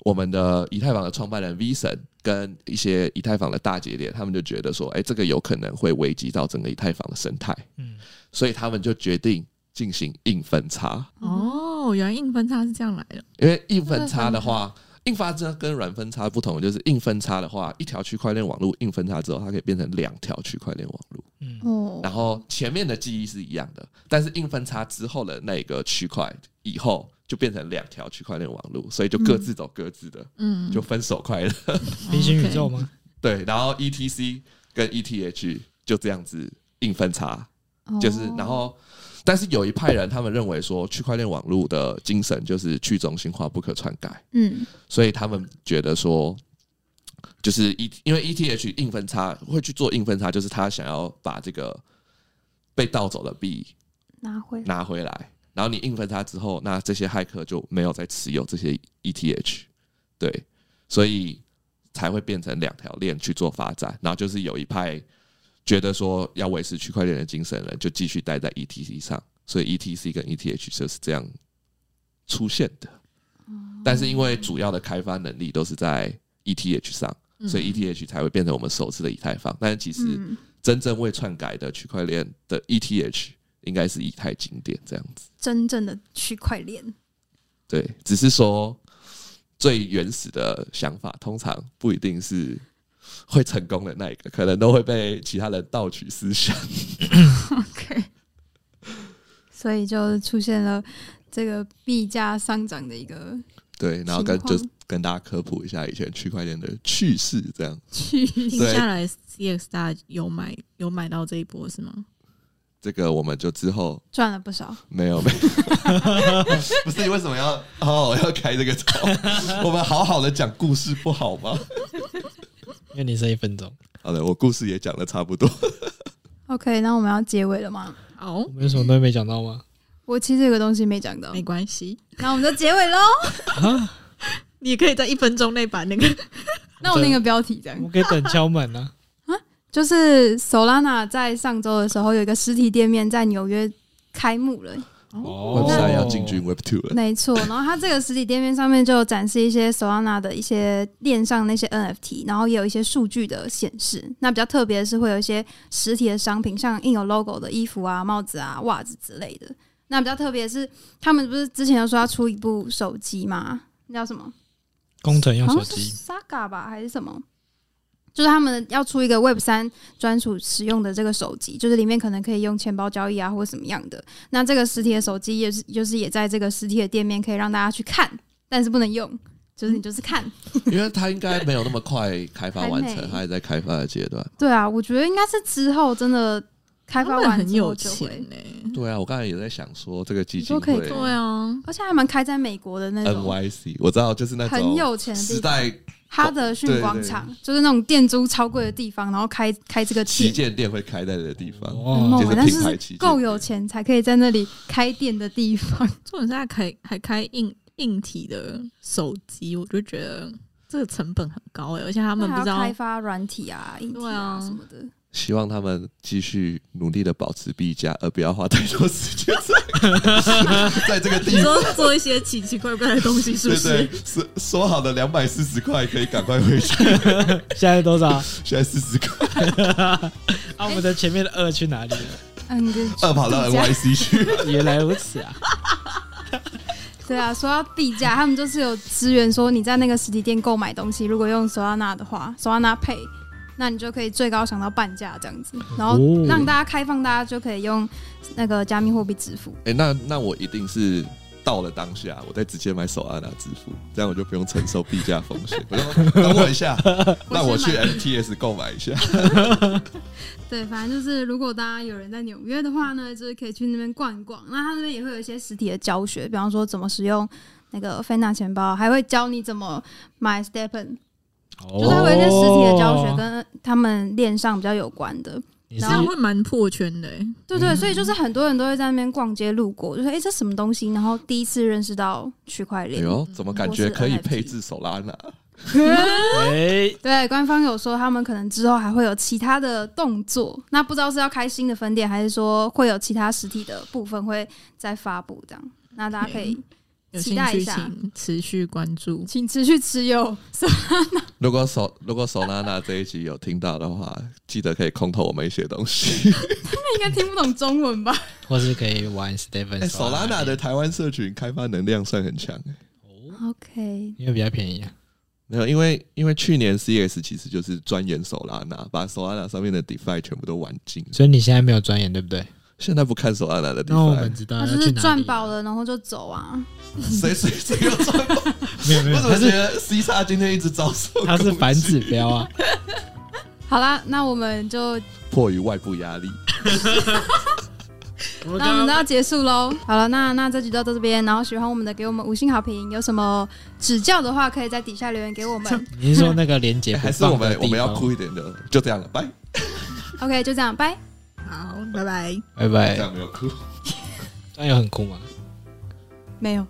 Speaker 1: 我们的以太坊的创办人 V 神跟一些以太坊的大节点，他们就觉得说，哎、这个有可能会危及到整个以太坊的生态，
Speaker 4: 嗯
Speaker 1: 所以他们就决定进行硬分叉，
Speaker 5: 哦，原来硬分叉是这样来的，
Speaker 1: 因为硬分叉的话。硬分叉跟软分叉不同，就是硬分叉的话，一条区块链网络硬分叉之后，它可以变成两条区块链网络。
Speaker 4: 嗯，
Speaker 3: 哦，
Speaker 1: 然后前面的记忆是一样的，但是硬分叉之后的那个区块以后就变成两条区块链网络，所以就各自走各自的，
Speaker 5: 嗯，
Speaker 1: 就分手快乐。
Speaker 4: 平行宇宙吗？
Speaker 1: 对，然后 ETC 跟 ETH 就这样子硬分叉，就是
Speaker 3: 哦
Speaker 1: 然后。但是有一派人，他们认为说区块链网络的精神就是去中心化、不可篡改，
Speaker 3: 嗯
Speaker 1: 所以他们觉得说，就是 E 因为 ETH 硬分叉会去做硬分叉，就是他想要把这个被盗走的币
Speaker 3: 拿回
Speaker 1: 拿回来，然后你硬分叉之后，那这些骇客就没有再持有这些 ETH，对，所以才会变成两条链去做发展。然后就是有一派觉得说要维持区块链的精神的人，就继续待在 ETC 上，所以 ETC 跟 ETH 就是这样出现的。但是因为主要的开发能力都是在 ETH 上，所以 ETH 才会变成我们首次的以太坊。但是其实、
Speaker 3: 嗯
Speaker 1: 真正未篡改的区块链的 ETH 应该是以太经典这样子。
Speaker 3: 真正的区块链，
Speaker 1: 对，只是说最原始的想法通常不一定是会成功的那一个，可能都会被其他人盗取思 想。
Speaker 3: 所以就出现了这个币价上涨的一个
Speaker 1: 对，然后跟
Speaker 3: 情
Speaker 1: 就
Speaker 3: 况
Speaker 1: 是跟大家科普一下以前区块链的趣事，这样
Speaker 3: 趋
Speaker 5: 停
Speaker 1: 对
Speaker 5: 下来，CX 大家有买有买到这一波是吗？
Speaker 1: 这个我们就之后
Speaker 3: 赚了不少。
Speaker 1: 没有没有， 不是你为什么要哦要开这个头？我们好好的讲故事不好吗？
Speaker 4: 因为你剩一分钟，
Speaker 1: 好的，我故事也讲的差不多。
Speaker 3: OK，那我们要结尾了吗？
Speaker 5: 好
Speaker 4: 我，们有什么东西没讲到吗？
Speaker 3: 我其实有个东西没讲到
Speaker 5: 没，关系，
Speaker 3: 那我们就结尾喽。
Speaker 5: 你可以在一分钟内把那个
Speaker 3: 那我那个标题这样
Speaker 4: 我，们可以等敲门啊。
Speaker 3: 就是 Solana 在上周的时候有一个实体店面在纽约开幕了，
Speaker 4: 哦
Speaker 1: Web 三要进军 Web Two 了，
Speaker 3: 没错。然后它这个实体店面上面就有展示一些 Solana 的一些链上那些 NFT，然后也有一些数据的显示。那比较特别的是会有一些实体的商品，像印有 logo 的衣服啊、帽子啊、袜子之类的。那比较特别的是，他们不是之前有说要出一部手机吗？那叫什么？
Speaker 4: 工程用
Speaker 3: 好
Speaker 4: 手
Speaker 3: 像是
Speaker 4: 机，
Speaker 3: Saga 吧，还是什么？就是他们要出一个 Web 三专属使用的这个手机，就是里面可能可以用钱包交易啊，或者什么样的。那这个实体的手机也是，就是也在这个实体的店面可以让大家去看，但是不能用，就是你就是 看。
Speaker 1: 因为它应该没有那么快开发完
Speaker 3: 还
Speaker 1: 成，
Speaker 3: 没
Speaker 1: 它还在开发的阶段。
Speaker 3: 对啊，我觉得应该是之后真的开发
Speaker 5: 他们
Speaker 3: 完
Speaker 5: 很
Speaker 3: 之
Speaker 5: 有
Speaker 3: 后就
Speaker 5: 钱
Speaker 3: 会，
Speaker 5: 呢、
Speaker 1: 对啊，我刚才也在想说这个基金
Speaker 3: 你说可以
Speaker 1: 会
Speaker 5: 对啊，
Speaker 3: 而且还蛮开在美国的那种
Speaker 1: NYC，我知道就是那
Speaker 3: 很
Speaker 1: 种
Speaker 3: 有钱的地
Speaker 1: 时
Speaker 3: 方，
Speaker 1: 代
Speaker 3: 哈德逊广场就是那种店租超贵的地方，然后开开这个
Speaker 1: 旗
Speaker 3: 店。
Speaker 1: 舰店会开在的地方。
Speaker 3: 很猛
Speaker 1: 就
Speaker 4: 哇，
Speaker 3: 啊！
Speaker 1: 是
Speaker 3: 但
Speaker 1: 嗯品牌旗
Speaker 3: 是
Speaker 1: 舰
Speaker 3: 够有钱才可以在那里开店的地方，
Speaker 5: 重点是他开还开硬硬体的手机，我就觉得这个成本很高哎、而且 他
Speaker 3: 他
Speaker 5: 们不知道
Speaker 3: 啊开发软体啊、硬体
Speaker 5: 对
Speaker 3: 啊
Speaker 5: 啊
Speaker 3: 什么的。
Speaker 1: 希望他们继续努力的保持币价，而不要花太多时间在 在这个
Speaker 5: 你
Speaker 1: 地方。
Speaker 5: 说 做一些奇奇怪怪的东西，是不
Speaker 1: 对
Speaker 5: 是？
Speaker 1: 对，说说好的两百四十块可以赶快回去，
Speaker 4: 现在多少？啊，
Speaker 1: 现在四十块，
Speaker 4: 我们的前面的二去哪里了？
Speaker 3: 嗯，对
Speaker 1: 二啊跑到
Speaker 3: 币价
Speaker 1: NYC 去。
Speaker 4: 原来如此啊！
Speaker 3: 对啊，说到币价，他们就是有资源说你在那个实体店购买东西，如果用 Solana 的话，Solana Pay，那你就可以最高想到半价这样子，然后
Speaker 4: 哦
Speaker 3: 让大家开放，大家就可以用那个加密货币支付。
Speaker 1: 哎、那那我一定是到了当下，我再直接买手安娜支付，这样我就不用承受币价风险。我说等 我一下，让我去 MTS 购买一下。
Speaker 3: 对，反正就是如果大家有人在纽约的话呢，就是可以去那边逛一逛。那他那边也会有一些实体的教学，比方说怎么使用那个菲娜钱包，还会教你怎么买 Stepen，、就是它会有一些实体的教学
Speaker 4: 哦
Speaker 3: 跟他们链上比较有关的。
Speaker 4: 你
Speaker 5: 这
Speaker 4: 是
Speaker 5: 样会蛮破圈的、欸，
Speaker 3: 对对，所以就是很多人都会在那边逛街路过，就说哎、诶这什么东西，然后第一次认识到区块
Speaker 1: 哎
Speaker 3: 链。
Speaker 1: 呦，怎么感觉可以配置手拉娜？
Speaker 4: 哎，
Speaker 3: 对，官方有说他们可能之后还会有其他的动作，那不知道是要开新的分店，还是说会有其他实体的部分会再发布这样。那大家可以
Speaker 5: 有
Speaker 3: 期
Speaker 5: 兴
Speaker 3: 待一
Speaker 5: 趣
Speaker 3: 下
Speaker 5: 请持续关注。
Speaker 3: 嗯请持续持有。
Speaker 1: 如果手如果手拉娜这一集有听到的话，记得可以空投我们一些东西。
Speaker 3: 应该听不懂中文吧？
Speaker 4: 或是可以玩 Steven
Speaker 1: 哎、手拉娜
Speaker 4: Solana
Speaker 1: 的台湾社群开发能量算很强、哎
Speaker 3: OK，
Speaker 4: 因为比较便宜啊。
Speaker 1: 没有，因为因为去年 CS 其实就是钻研手拉娜，把手拉娜上面的 DeFi 全部都玩尽。
Speaker 4: 所以你现在没有钻研，对不对？
Speaker 1: 现在不看手拉娜的
Speaker 4: 那我们
Speaker 1: DeFi，
Speaker 4: 知道
Speaker 3: 他
Speaker 4: 要
Speaker 3: 就
Speaker 4: 去
Speaker 3: 是
Speaker 4: 哪里
Speaker 3: 赚饱，了，然后就走啊。
Speaker 1: 谁谁谁又赚爆？
Speaker 4: 没有没
Speaker 1: 我
Speaker 4: 有，
Speaker 1: 怎么
Speaker 4: 它
Speaker 1: 觉
Speaker 4: 是
Speaker 1: 得 C 叉今天一直遭受？
Speaker 4: 它是反指标啊。
Speaker 3: 好啦，那我们就
Speaker 1: 迫于外部压力。
Speaker 4: 我
Speaker 3: 那我们都要结束喽。好了，那那这局就到这边。然后喜欢我们的，给我们五星好评。有什么指教的话，可以在底下留言给我 们。
Speaker 4: 你是说那个连接
Speaker 1: 欸还是我们我们要？酷一点的，就这样了，拜。
Speaker 3: OK，就这样，拜。
Speaker 5: 好，拜拜。
Speaker 4: 拜
Speaker 1: 这
Speaker 4: 拜，
Speaker 1: 样没有哭。
Speaker 4: 钻研很酷吗？
Speaker 3: 没有。